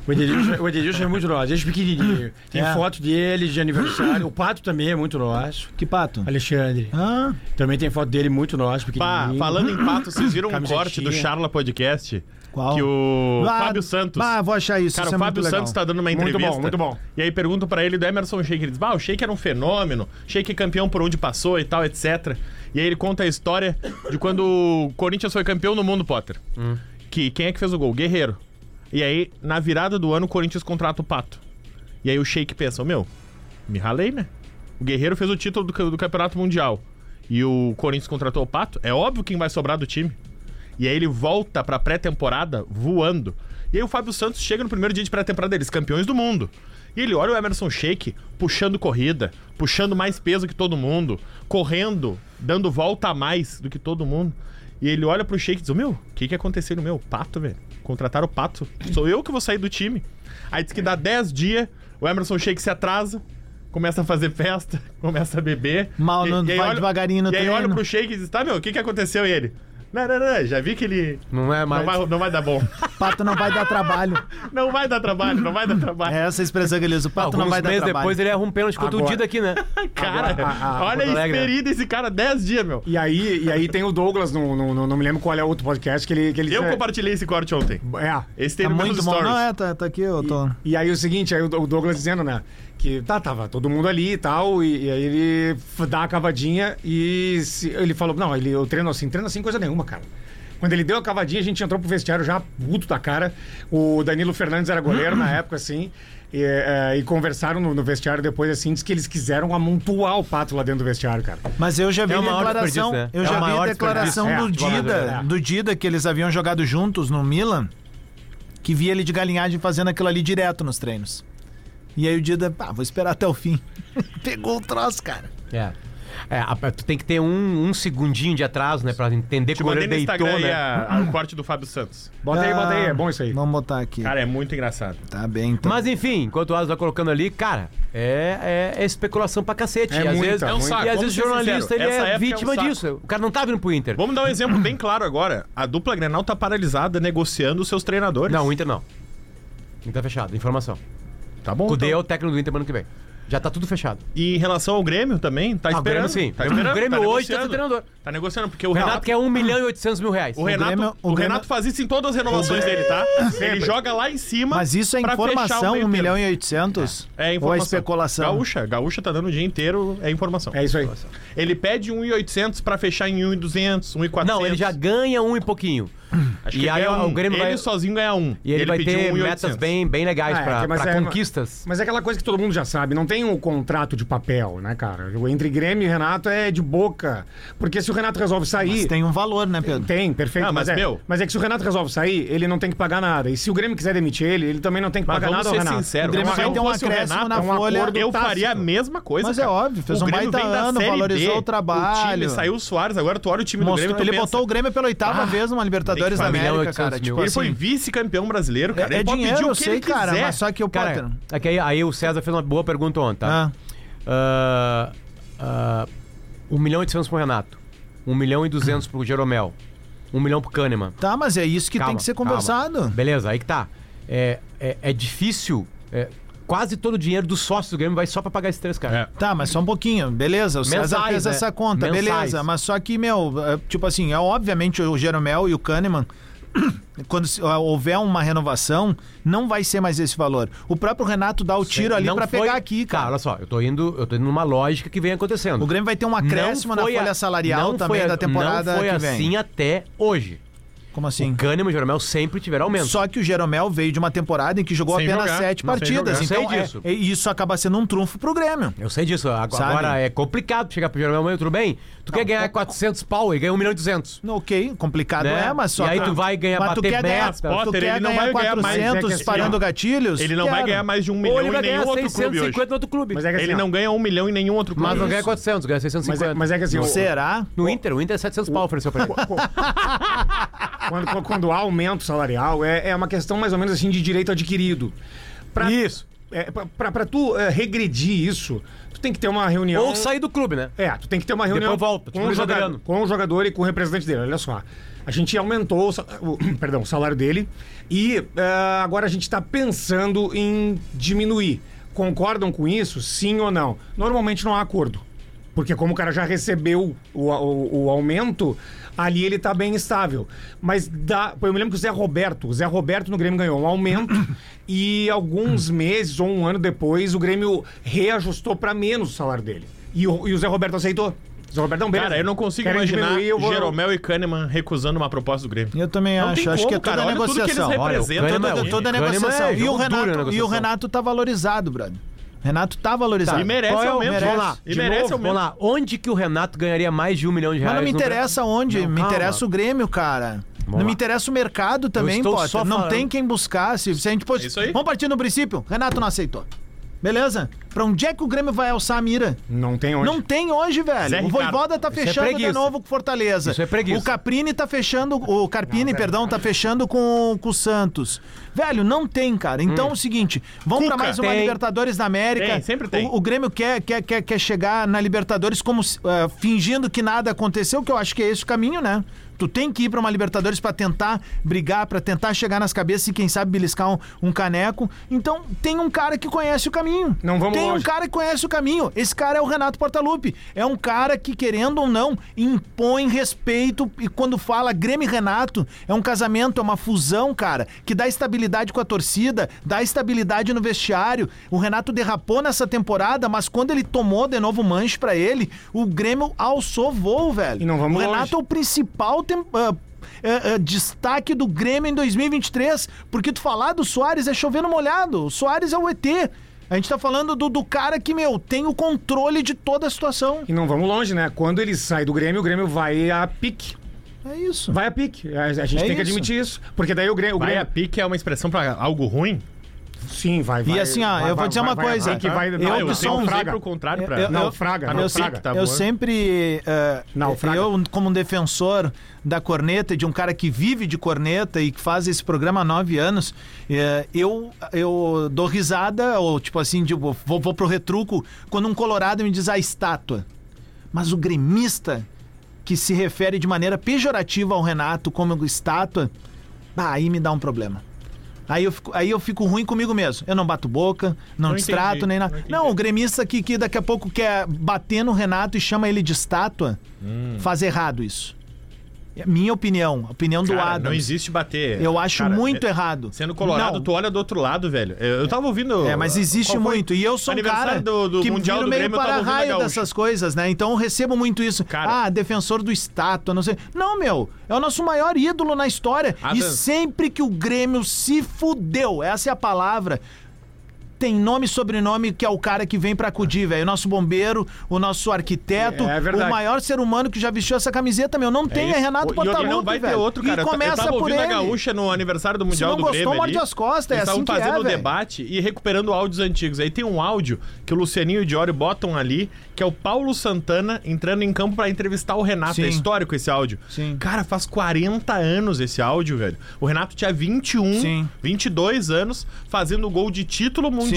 Speaker 5: O Edenilson, o Edenilson é muito nosso, desde pequenininho. Tem
Speaker 1: É.
Speaker 5: foto dele de aniversário. O Pato também é muito nosso.
Speaker 1: Que pato?
Speaker 5: Alexandre.
Speaker 1: Ah,
Speaker 5: Também tem foto dele muito nosso,
Speaker 2: Pá,
Speaker 5: pequenininho.
Speaker 2: falando em pato, vocês viram um
Speaker 5: Camisetinha.
Speaker 2: corte do Charla Podcast?
Speaker 1: Qual?
Speaker 2: Que o
Speaker 1: Ah,
Speaker 2: Fábio Santos.
Speaker 1: Ah, vou achar isso.
Speaker 2: Cara,
Speaker 1: isso
Speaker 2: o
Speaker 1: é
Speaker 2: Fábio
Speaker 1: muito legal.
Speaker 2: Santos tá dando uma
Speaker 4: Muito bom,
Speaker 2: entrevista.
Speaker 4: muito bom.
Speaker 2: E aí perguntam pra ele do Emerson Sheik. Ele diz: Bah, o Sheik era um fenômeno. Sheik é campeão por onde passou e tal, etc. E aí ele conta a história de quando o Corinthians foi campeão no mundo, Potter.
Speaker 1: Hum.
Speaker 2: Que quem é que fez o gol? Guerreiro. E aí, na virada do ano, o Corinthians contrata o Pato. E aí o Sheik pensa: "Oh, Meu, me ralei, né? O Guerreiro fez o título do, ca- do Campeonato Mundial. E o Corinthians contratou o Pato. É óbvio quem vai sobrar do time. E aí ele volta pra pré-temporada voando. E aí o Fábio Santos chega no primeiro dia de pré-temporada deles, campeões do mundo. E ele olha o Emerson Sheik puxando corrida, puxando mais peso que todo mundo, correndo, dando volta a mais do que todo mundo. E ele olha pro Sheik e diz: Meu, o que, que aconteceu no meu? Pato, velho. Contrataram o pato. Sou eu que vou sair do time. Aí diz que dá 10 dias, o Emerson Sheik se atrasa, começa a fazer festa, [LAUGHS] começa a beber.
Speaker 1: Mal
Speaker 2: E-
Speaker 1: não-
Speaker 2: e aí
Speaker 1: vai devagarinho no
Speaker 2: E aí
Speaker 1: treino.
Speaker 2: olha pro Sheik e diz: Tá, meu, o que, que aconteceu? E ele: Não, não, não, já vi que ele.
Speaker 3: Não é mais.
Speaker 2: Não vai, não vai dar
Speaker 3: [LAUGHS]
Speaker 2: bom.
Speaker 1: Pato não vai dar
Speaker 2: [LAUGHS]
Speaker 1: trabalho.
Speaker 2: Não vai dar trabalho, não vai dar trabalho.
Speaker 1: É essa a expressão que ele usa. O pato
Speaker 3: Alguns
Speaker 1: não vai dar
Speaker 3: meses
Speaker 1: trabalho.
Speaker 3: depois ele erra um pênalti contra o
Speaker 4: Agora-
Speaker 3: Dida
Speaker 2: [LAUGHS]
Speaker 3: aqui, né?
Speaker 2: cara,
Speaker 4: Agora, a- a-
Speaker 2: olha
Speaker 3: Porto
Speaker 2: a
Speaker 3: Alegre. é
Speaker 2: esperida desse cara 10 dias, meu.
Speaker 4: E aí, e aí tem o Douglas, no, no- no- não me lembro qual é o outro podcast que ele. Que ele
Speaker 2: Eu
Speaker 4: é,
Speaker 2: compartilhei esse corte ontem.
Speaker 4: É.
Speaker 2: Esse tem
Speaker 1: Tá
Speaker 2: no meus
Speaker 1: muito mal.
Speaker 2: stories.
Speaker 1: Não, é, tá, tá aqui, eu tô.
Speaker 4: E aí o seguinte, aí o o Douglas dizendo, né? Que tá, tava todo mundo ali e tal, e, e aí ele f- dá a cavadinha e se- ele falou, não, ele, eu treino assim, treino assim coisa nenhuma, cara. Quando ele deu a cavadinha, a gente entrou pro vestiário já puto da cara. O Danilo Fernandes era goleiro na época, assim. E, eh, e conversaram no, no vestiário depois, assim, diz que eles quiseram amontoar o pato lá dentro do vestiário, cara.
Speaker 1: Mas eu já vi
Speaker 3: É o maior
Speaker 1: declaração.
Speaker 3: desperdício, né?
Speaker 1: Eu
Speaker 3: É
Speaker 1: já
Speaker 3: o
Speaker 1: vi
Speaker 3: maior
Speaker 1: declaração do
Speaker 4: desperdício. É,
Speaker 1: Dida,
Speaker 4: é.
Speaker 1: do Dida que eles haviam jogado juntos no Milan, que via ele de galinhagem fazendo aquilo ali direto nos treinos. E aí o Dida, pá, vou esperar até o fim. [LAUGHS] Pegou o troço, cara.
Speaker 3: É. É, a- tu tem que ter um, um segundinho de atraso, né? Pra entender
Speaker 2: Te
Speaker 3: como
Speaker 2: mandei
Speaker 3: ele
Speaker 2: no
Speaker 3: deitou,
Speaker 2: Instagram aí
Speaker 3: né?
Speaker 2: a- a- o corte do Fábio Santos.
Speaker 4: Bota aí, bota aí, é bom isso aí.
Speaker 1: Ah, Vamos botar aqui.
Speaker 2: Cara, é muito engraçado.
Speaker 1: Tá bem, então.
Speaker 3: Mas enfim, enquanto o Alisson tá colocando ali, cara, é, é- é especulação pra cacete.
Speaker 4: É
Speaker 3: e às
Speaker 4: muita,
Speaker 3: vezes,
Speaker 4: é um
Speaker 2: saco,
Speaker 3: e às
Speaker 2: vamos
Speaker 3: vezes o
Speaker 2: ser
Speaker 3: jornalista
Speaker 2: sinceros,
Speaker 3: ele
Speaker 2: essa época
Speaker 3: é
Speaker 2: é
Speaker 3: vítima
Speaker 2: um saco.
Speaker 3: disso. O cara não tá vindo pro Inter.
Speaker 2: Vamos dar um exemplo bem claro agora. A dupla Grenal tá paralisada negociando os seus treinadores.
Speaker 3: Não, o Inter não. O Inter tá fechado, informação.
Speaker 2: tá bom.
Speaker 3: Cudê é
Speaker 2: então.
Speaker 3: o técnico do Inter ano que vem. Já tá tudo fechado.
Speaker 2: E em relação ao Grêmio também, tá
Speaker 3: Ah, o
Speaker 2: esperando.
Speaker 3: Grêmio sim.
Speaker 2: Tá
Speaker 3: O
Speaker 2: esperando,
Speaker 3: Grêmio hoje tá
Speaker 2: negociando.
Speaker 3: sem treinador.
Speaker 2: Tá negociando, porque o
Speaker 3: O
Speaker 2: Renato,
Speaker 3: Renato quer 1 milhão e 800 mil reais.
Speaker 2: O Renato, o
Speaker 1: Grêmio- o
Speaker 2: Renato
Speaker 1: Grêmio- É.
Speaker 2: faz isso em todas as renovações dele, tá? Ele joga lá em cima.
Speaker 1: Mas isso é
Speaker 2: pra fechar o
Speaker 1: informação, 1
Speaker 2: meio
Speaker 1: milhão
Speaker 2: termo.
Speaker 1: e 800?
Speaker 2: É
Speaker 1: Ou é
Speaker 2: informação.
Speaker 1: especulação?
Speaker 2: Gaúcha. Gaúcha tá dando o dia inteiro, é informação.
Speaker 4: É isso aí.
Speaker 2: Ele pede 1,800 pra fechar em 1,200, 1,400.
Speaker 3: Não, ele já ganha um e pouquinho.
Speaker 2: tá Acho
Speaker 3: e
Speaker 2: que
Speaker 3: aí
Speaker 2: ganha
Speaker 3: o
Speaker 2: um.
Speaker 3: Grêmio
Speaker 2: ele
Speaker 3: vai...
Speaker 2: sozinho ganha um.
Speaker 3: E ele, vai
Speaker 2: pediu
Speaker 3: ter
Speaker 2: 1,800.
Speaker 3: metas bem, bem legais
Speaker 4: Ah, é,
Speaker 3: pra,
Speaker 4: mas
Speaker 3: pra
Speaker 4: é-
Speaker 3: conquistas.
Speaker 4: Mas é aquela coisa que todo mundo já sabe, não tem um contrato de papel, né, cara? O Entre Grêmio e Renato é de boca. Porque se o Renato resolve
Speaker 1: Mas
Speaker 4: sair.
Speaker 1: tem um valor, né, Pedro?
Speaker 4: Tem, perfeito.
Speaker 2: Ah, mas
Speaker 4: é,
Speaker 2: meu-
Speaker 4: mas é que se o Renato resolve sair, ele não tem que pagar nada. E se o Grêmio quiser demitir ele, ele também não tem que
Speaker 2: Mas
Speaker 4: pagar
Speaker 2: vamos
Speaker 4: nada ao
Speaker 2: ser
Speaker 4: Renato.
Speaker 2: sinceros,
Speaker 4: O Grêmio
Speaker 2: se
Speaker 4: vai
Speaker 2: eu
Speaker 4: ter um
Speaker 2: fosse o
Speaker 4: acrescimo
Speaker 2: Renato,
Speaker 4: na
Speaker 1: é um
Speaker 4: folha.
Speaker 1: acordo
Speaker 2: Eu faria a mesma coisa.
Speaker 1: Mas é
Speaker 2: cara.
Speaker 1: óbvio, fez
Speaker 2: O
Speaker 1: um
Speaker 2: Grêmio
Speaker 1: baita
Speaker 2: vem da
Speaker 1: ano,
Speaker 2: Série
Speaker 1: valorizou o
Speaker 2: O time
Speaker 1: trabalho.
Speaker 2: saiu o Soares, agora tu olha o time
Speaker 1: Mostrou-
Speaker 2: do Grêmio. tu
Speaker 1: ele
Speaker 2: pensa, Ah,
Speaker 1: botou o Grêmio pela oitava vez numa
Speaker 2: tem
Speaker 1: Libertadores
Speaker 2: que
Speaker 1: da
Speaker 2: pagar
Speaker 1: América,
Speaker 3: 1.800.000,
Speaker 1: cara. Tipo
Speaker 2: Ele
Speaker 1: assim,
Speaker 2: foi vice-campeão brasileiro, cara.
Speaker 1: é, é
Speaker 2: ele pode
Speaker 1: dinheiro,
Speaker 2: pedir
Speaker 1: eu
Speaker 2: o que
Speaker 1: sei,
Speaker 2: ele
Speaker 1: cara,
Speaker 2: quiser. tá.
Speaker 1: mas só que o Potter...
Speaker 3: Cara, é que aí, aí o César fez uma boa pergunta ontem, tá?
Speaker 1: Ah,
Speaker 3: Ah, ah, 1 milhão e 800 pro Renato. 1 milhão e 200 pro Jeromel. 1 milhão pro Kahneman.
Speaker 1: tá, mas é isso que
Speaker 3: Calma,
Speaker 1: tem que ser
Speaker 3: calma.
Speaker 1: conversado.
Speaker 3: Beleza, aí que tá. É, é, é difícil. é, quase todo o dinheiro dos sócios do Grêmio vai só pra pagar esses três caras.
Speaker 1: Tá, mas só um pouquinho, beleza. O César
Speaker 3: Mensais,
Speaker 1: fez
Speaker 3: né?
Speaker 1: essa conta,
Speaker 3: Mensais.
Speaker 1: beleza. Mas só que, meu, é, tipo assim, é, obviamente o Jeromel e o Kahneman. [COUGHS] Quando se- ó, houver uma renovação, não vai ser mais esse valor. O próprio Renato dá o tiro ali
Speaker 3: É, Não
Speaker 1: pra
Speaker 3: foi-
Speaker 1: pegar aqui,
Speaker 3: Tá,
Speaker 1: cara.
Speaker 3: olha só, eu tô indo, eu tô indo numa lógica que vem acontecendo.
Speaker 1: O Grêmio vai ter um acréscimo na
Speaker 3: foi a-
Speaker 1: folha salarial
Speaker 3: não
Speaker 1: também
Speaker 3: foi a-
Speaker 1: da temporada
Speaker 3: Não foi
Speaker 1: que vem.
Speaker 3: assim até hoje.
Speaker 1: Como assim?
Speaker 3: O Kahneman e o Jeromel sempre tiveram aumento.
Speaker 1: Só que o Jeromel veio de uma temporada em que jogou
Speaker 2: Sem
Speaker 1: apenas
Speaker 2: jogar,
Speaker 1: sete
Speaker 2: não, sem
Speaker 1: partidas.
Speaker 3: jogar.
Speaker 1: Então,
Speaker 3: Sei
Speaker 1: é-
Speaker 3: disso.
Speaker 1: é- isso acaba sendo um trunfo pro Grêmio.
Speaker 3: Eu sei disso. Ag-
Speaker 1: Sabe?
Speaker 3: Agora é complicado chegar pro Jeromel, mas tudo bem? Tu quer ganhar 400 pau e ganhar 1 milhão e 200.
Speaker 1: Ok, complicado
Speaker 3: Né?
Speaker 1: é, mas só
Speaker 3: E aí
Speaker 1: que-
Speaker 3: tu vai ganhar-
Speaker 1: mas tu
Speaker 3: bater
Speaker 1: quer ganhar,
Speaker 3: metas.
Speaker 1: tu
Speaker 2: Potter,
Speaker 1: quer
Speaker 2: ele não
Speaker 1: ganhar
Speaker 2: vai ganhar mais, né,
Speaker 1: 400
Speaker 4: é que assim,
Speaker 1: parando
Speaker 4: ó,
Speaker 1: gatilhão. gatilhos?
Speaker 2: Ele não vai
Speaker 1: Quero.
Speaker 2: ganhar mais de um
Speaker 3: Ou
Speaker 2: milhão
Speaker 3: ele
Speaker 2: em
Speaker 3: vai ganhar
Speaker 2: nenhum outro clube hoje.
Speaker 3: 650 no outro clube.
Speaker 4: Mas é que assim,
Speaker 2: Ele
Speaker 4: ó,
Speaker 2: não ganha um milhão em nenhum outro clube.
Speaker 3: Mas não ganha
Speaker 2: Isso.
Speaker 3: 400, ganha
Speaker 4: Mas
Speaker 3: 650.
Speaker 4: é, mas é que assim, o-
Speaker 1: Será?
Speaker 3: No Inter, o Inter é 700 pau ofereceu pra ele.
Speaker 4: [LAUGHS] quando, quando há aumento salarial, é, é uma questão mais ou menos assim de direito adquirido. Pra,
Speaker 3: Isso.
Speaker 4: É, pra, pra- pra tu é, regredir isso, tu tem que ter uma reunião.
Speaker 3: Ou sair do clube, né?
Speaker 4: É, tu tem que ter uma reunião
Speaker 3: Depois volta, tipo
Speaker 4: com, o
Speaker 3: Luiz
Speaker 4: jogador,
Speaker 3: Adriano.
Speaker 4: com o jogador e com o representante dele. Olha só, a gente aumentou o, sa- o- [CLEARS THROAT] perdão, o salário dele e eh, agora a gente está pensando em diminuir. Concordam com isso? Sim ou não? Normalmente não há acordo. Porque como o cara já recebeu o, a- o- o aumento, ali ele tá bem estável. Mas dá, eu me lembro que o Zé Roberto, o Zé Roberto no Grêmio ganhou um aumento e alguns meses ou um ano depois o Grêmio reajustou para menos o salário dele. E o, e o Zé Roberto aceitou. O Zé Roberto é um não beleza.
Speaker 2: Cara, eu não consigo
Speaker 4: Querem
Speaker 2: imaginar
Speaker 4: diminuir, eu vou-
Speaker 2: Jeromel e Kahneman recusando uma proposta do Grêmio.
Speaker 1: Eu também
Speaker 2: Não
Speaker 1: acho.
Speaker 2: tem
Speaker 1: acho
Speaker 2: como,
Speaker 1: que é toda
Speaker 2: cara. Olha tudo que eles
Speaker 1: negociação.
Speaker 2: representam.
Speaker 3: Olha, o
Speaker 2: Representa
Speaker 1: Toda,
Speaker 2: toda-
Speaker 3: Kahneman-
Speaker 1: toda
Speaker 3: o Kahneman
Speaker 1: negociação.
Speaker 3: é
Speaker 1: e, o
Speaker 3: jogo duro na
Speaker 1: Renato, e o
Speaker 3: negociação.
Speaker 1: Renato tá valorizado, brother. Renato tá valorizado.
Speaker 2: E merece
Speaker 3: Qual é o-
Speaker 2: aumento.
Speaker 1: merece.
Speaker 2: Vamos lá. E
Speaker 3: De
Speaker 2: merece
Speaker 3: novo,
Speaker 2: aumento.
Speaker 3: Vamos lá. Onde que o Renato ganharia mais de um milhão de
Speaker 1: Mas
Speaker 3: reais?
Speaker 1: não me
Speaker 3: no Grêmio?
Speaker 1: interessa onde,
Speaker 3: Não,
Speaker 1: me
Speaker 3: calma.
Speaker 1: interessa o Grêmio, cara. não
Speaker 3: lá.
Speaker 1: me interessa o mercado também,
Speaker 3: estou
Speaker 1: Potter.
Speaker 3: só
Speaker 1: Não
Speaker 3: falando.
Speaker 1: tem quem buscar. Se, se a gente pode...
Speaker 2: É isso aí.
Speaker 1: Vamos partir no princípio. Renato não aceitou. Beleza? Pra onde é que o Grêmio vai alçar a mira?
Speaker 4: Não tem onde.
Speaker 1: Não tem hoje, velho.
Speaker 2: Zé
Speaker 1: o
Speaker 2: Ricardo.
Speaker 1: Voivoda tá
Speaker 3: Isso é
Speaker 1: fechando de
Speaker 3: preguiça.
Speaker 1: novo com Fortaleza.
Speaker 3: Isso é preguiça.
Speaker 1: O Caprini tá fechando. O Carpini, perdão, tá fechando com, com o Santos. Velho, não tem, cara. Então é o seguinte: vamos pra
Speaker 2: Cuca.
Speaker 1: mais uma
Speaker 3: Tem.
Speaker 1: Libertadores da América.
Speaker 2: Tem, sempre tem.
Speaker 1: O, o Grêmio quer, quer, quer, quer chegar na Libertadores como se- eh, fingindo que nada aconteceu, que eu acho que é esse o caminho, né? Tu tem que ir pra uma Libertadores pra tentar brigar, pra tentar chegar nas cabeças e quem sabe beliscar um, um caneco. Então tem um cara que conhece o caminho.
Speaker 4: Não vamos
Speaker 1: Tem um
Speaker 4: longe.
Speaker 1: cara que conhece o caminho. Esse cara é o Renato Portaluppi. É um cara que, querendo ou não, impõe respeito. E quando fala Grêmio e Renato, é um casamento, é uma fusão, cara, que dá estabilidade com a torcida, dá estabilidade no vestiário. O Renato derrapou nessa temporada, mas quando ele tomou de novo manche pra ele, o Grêmio alçou voo, velho.
Speaker 4: E não vamos
Speaker 1: o Renato
Speaker 4: longe.
Speaker 1: é o principal tem- ah, é, é, destaque do Grêmio em 2023, porque tu falar do Soares é chovendo molhado. O Soares é o ET. A gente tá falando do, do cara que, meu, tem o controle de toda a situação.
Speaker 4: E não vamos longe, né? Quando ele sai do Grêmio, o Grêmio vai a pique.
Speaker 1: É isso.
Speaker 4: Vai a pique. A, a gente
Speaker 1: É
Speaker 4: tem que
Speaker 1: isso.
Speaker 4: admitir isso. Porque daí o Grêmio. O
Speaker 2: Vai
Speaker 4: Grêmio
Speaker 2: a pique é uma expressão pra algo ruim?
Speaker 4: Sim, vai, vai.
Speaker 1: E assim, ó,
Speaker 4: vai,
Speaker 1: eu vou
Speaker 4: vai,
Speaker 1: dizer uma
Speaker 4: vai,
Speaker 1: coisa.
Speaker 4: vai, que vai,
Speaker 1: Eu
Speaker 4: não,
Speaker 1: que
Speaker 4: não,
Speaker 1: sou um
Speaker 4: não,
Speaker 2: usei
Speaker 4: fraga.
Speaker 2: pro contrário pra...
Speaker 1: Eu-
Speaker 4: Não, fraga,
Speaker 2: Tá
Speaker 4: não,
Speaker 1: eu,
Speaker 2: no
Speaker 4: fraga.
Speaker 2: pique, tá
Speaker 1: eu
Speaker 2: voando.
Speaker 1: sempre. eh,
Speaker 4: Não, fraga.
Speaker 1: eu, como um defensor da corneta, e de um cara que vive de corneta e que faz esse programa há nove anos, eh, eu, eu dou risada, ou tipo assim, tipo, vou, vou pro retruco, quando um colorado me diz a estátua. Mas o gremista que se refere de maneira pejorativa ao Renato como estátua, bah, aí me dá um problema. Aí eu, fico, aí eu fico ruim comigo mesmo. Eu não bato boca, não,
Speaker 2: Não
Speaker 1: distrato
Speaker 2: entendi,
Speaker 1: nem nada.
Speaker 2: não entendi.
Speaker 1: Não, o gremista que, que daqui a pouco quer bater no Renato e chama ele de estátua,
Speaker 2: Hum.
Speaker 1: faz errado isso. É minha opinião, a opinião do
Speaker 2: Cara,
Speaker 1: Adam.
Speaker 2: não existe bater.
Speaker 1: Eu acho
Speaker 2: Cara,
Speaker 1: muito
Speaker 2: é-
Speaker 1: errado.
Speaker 2: Sendo colorado,
Speaker 1: Não.
Speaker 2: tu olha do outro lado, velho. Eu, eu tava ouvindo.
Speaker 1: É, mas existe
Speaker 2: Qual foi?
Speaker 1: muito. E eu sou um
Speaker 2: Aniversário
Speaker 1: cara
Speaker 2: do, do
Speaker 1: que
Speaker 2: Mundial
Speaker 1: vira
Speaker 2: do
Speaker 1: meio
Speaker 2: Grêmio, eu tava
Speaker 1: para
Speaker 2: ouvindo a
Speaker 1: raio
Speaker 2: Gaúcha.
Speaker 1: dessas coisas, né? Então eu recebo muito isso.
Speaker 2: Cara-
Speaker 1: ah, defensor do estátua, não sei. Não, meu, é o nosso maior ídolo na história.
Speaker 2: Adam.
Speaker 1: E sempre que o Grêmio se fudeu, essa é a palavra. Tem nome e sobrenome que é o cara que vem pra acudir, velho. O nosso bombeiro, o nosso arquiteto,
Speaker 4: É verdade.
Speaker 1: o maior ser humano que já vestiu essa camiseta, meu. Não tem, é
Speaker 2: isso.
Speaker 1: Renato
Speaker 2: E outro,
Speaker 1: Portaluppi,
Speaker 2: não vai ter
Speaker 1: velho.
Speaker 2: outro,
Speaker 1: E
Speaker 2: cara. Eu ta- eu
Speaker 1: começa
Speaker 2: tava
Speaker 1: por
Speaker 2: ouvindo
Speaker 1: ele.
Speaker 2: a Gaúcha no aniversário do Mundial
Speaker 1: não
Speaker 2: do
Speaker 1: gostou,
Speaker 2: Grêmio.
Speaker 1: morde
Speaker 2: ali.
Speaker 1: as costas, é
Speaker 2: Eles estavam
Speaker 1: assim que é,
Speaker 2: fazendo o
Speaker 1: velho.
Speaker 2: debate e recuperando áudios antigos. Aí tem um áudio que o Lucianinho e o Diório botam ali, que é o Paulo Santana entrando em campo pra entrevistar o Renato.
Speaker 1: Sim.
Speaker 2: É histórico esse áudio.
Speaker 1: Sim.
Speaker 2: Cara, faz 40 anos esse áudio, velho. O Renato tinha 21,
Speaker 1: Sim.
Speaker 2: 22 anos, fazendo o gol de título mundial.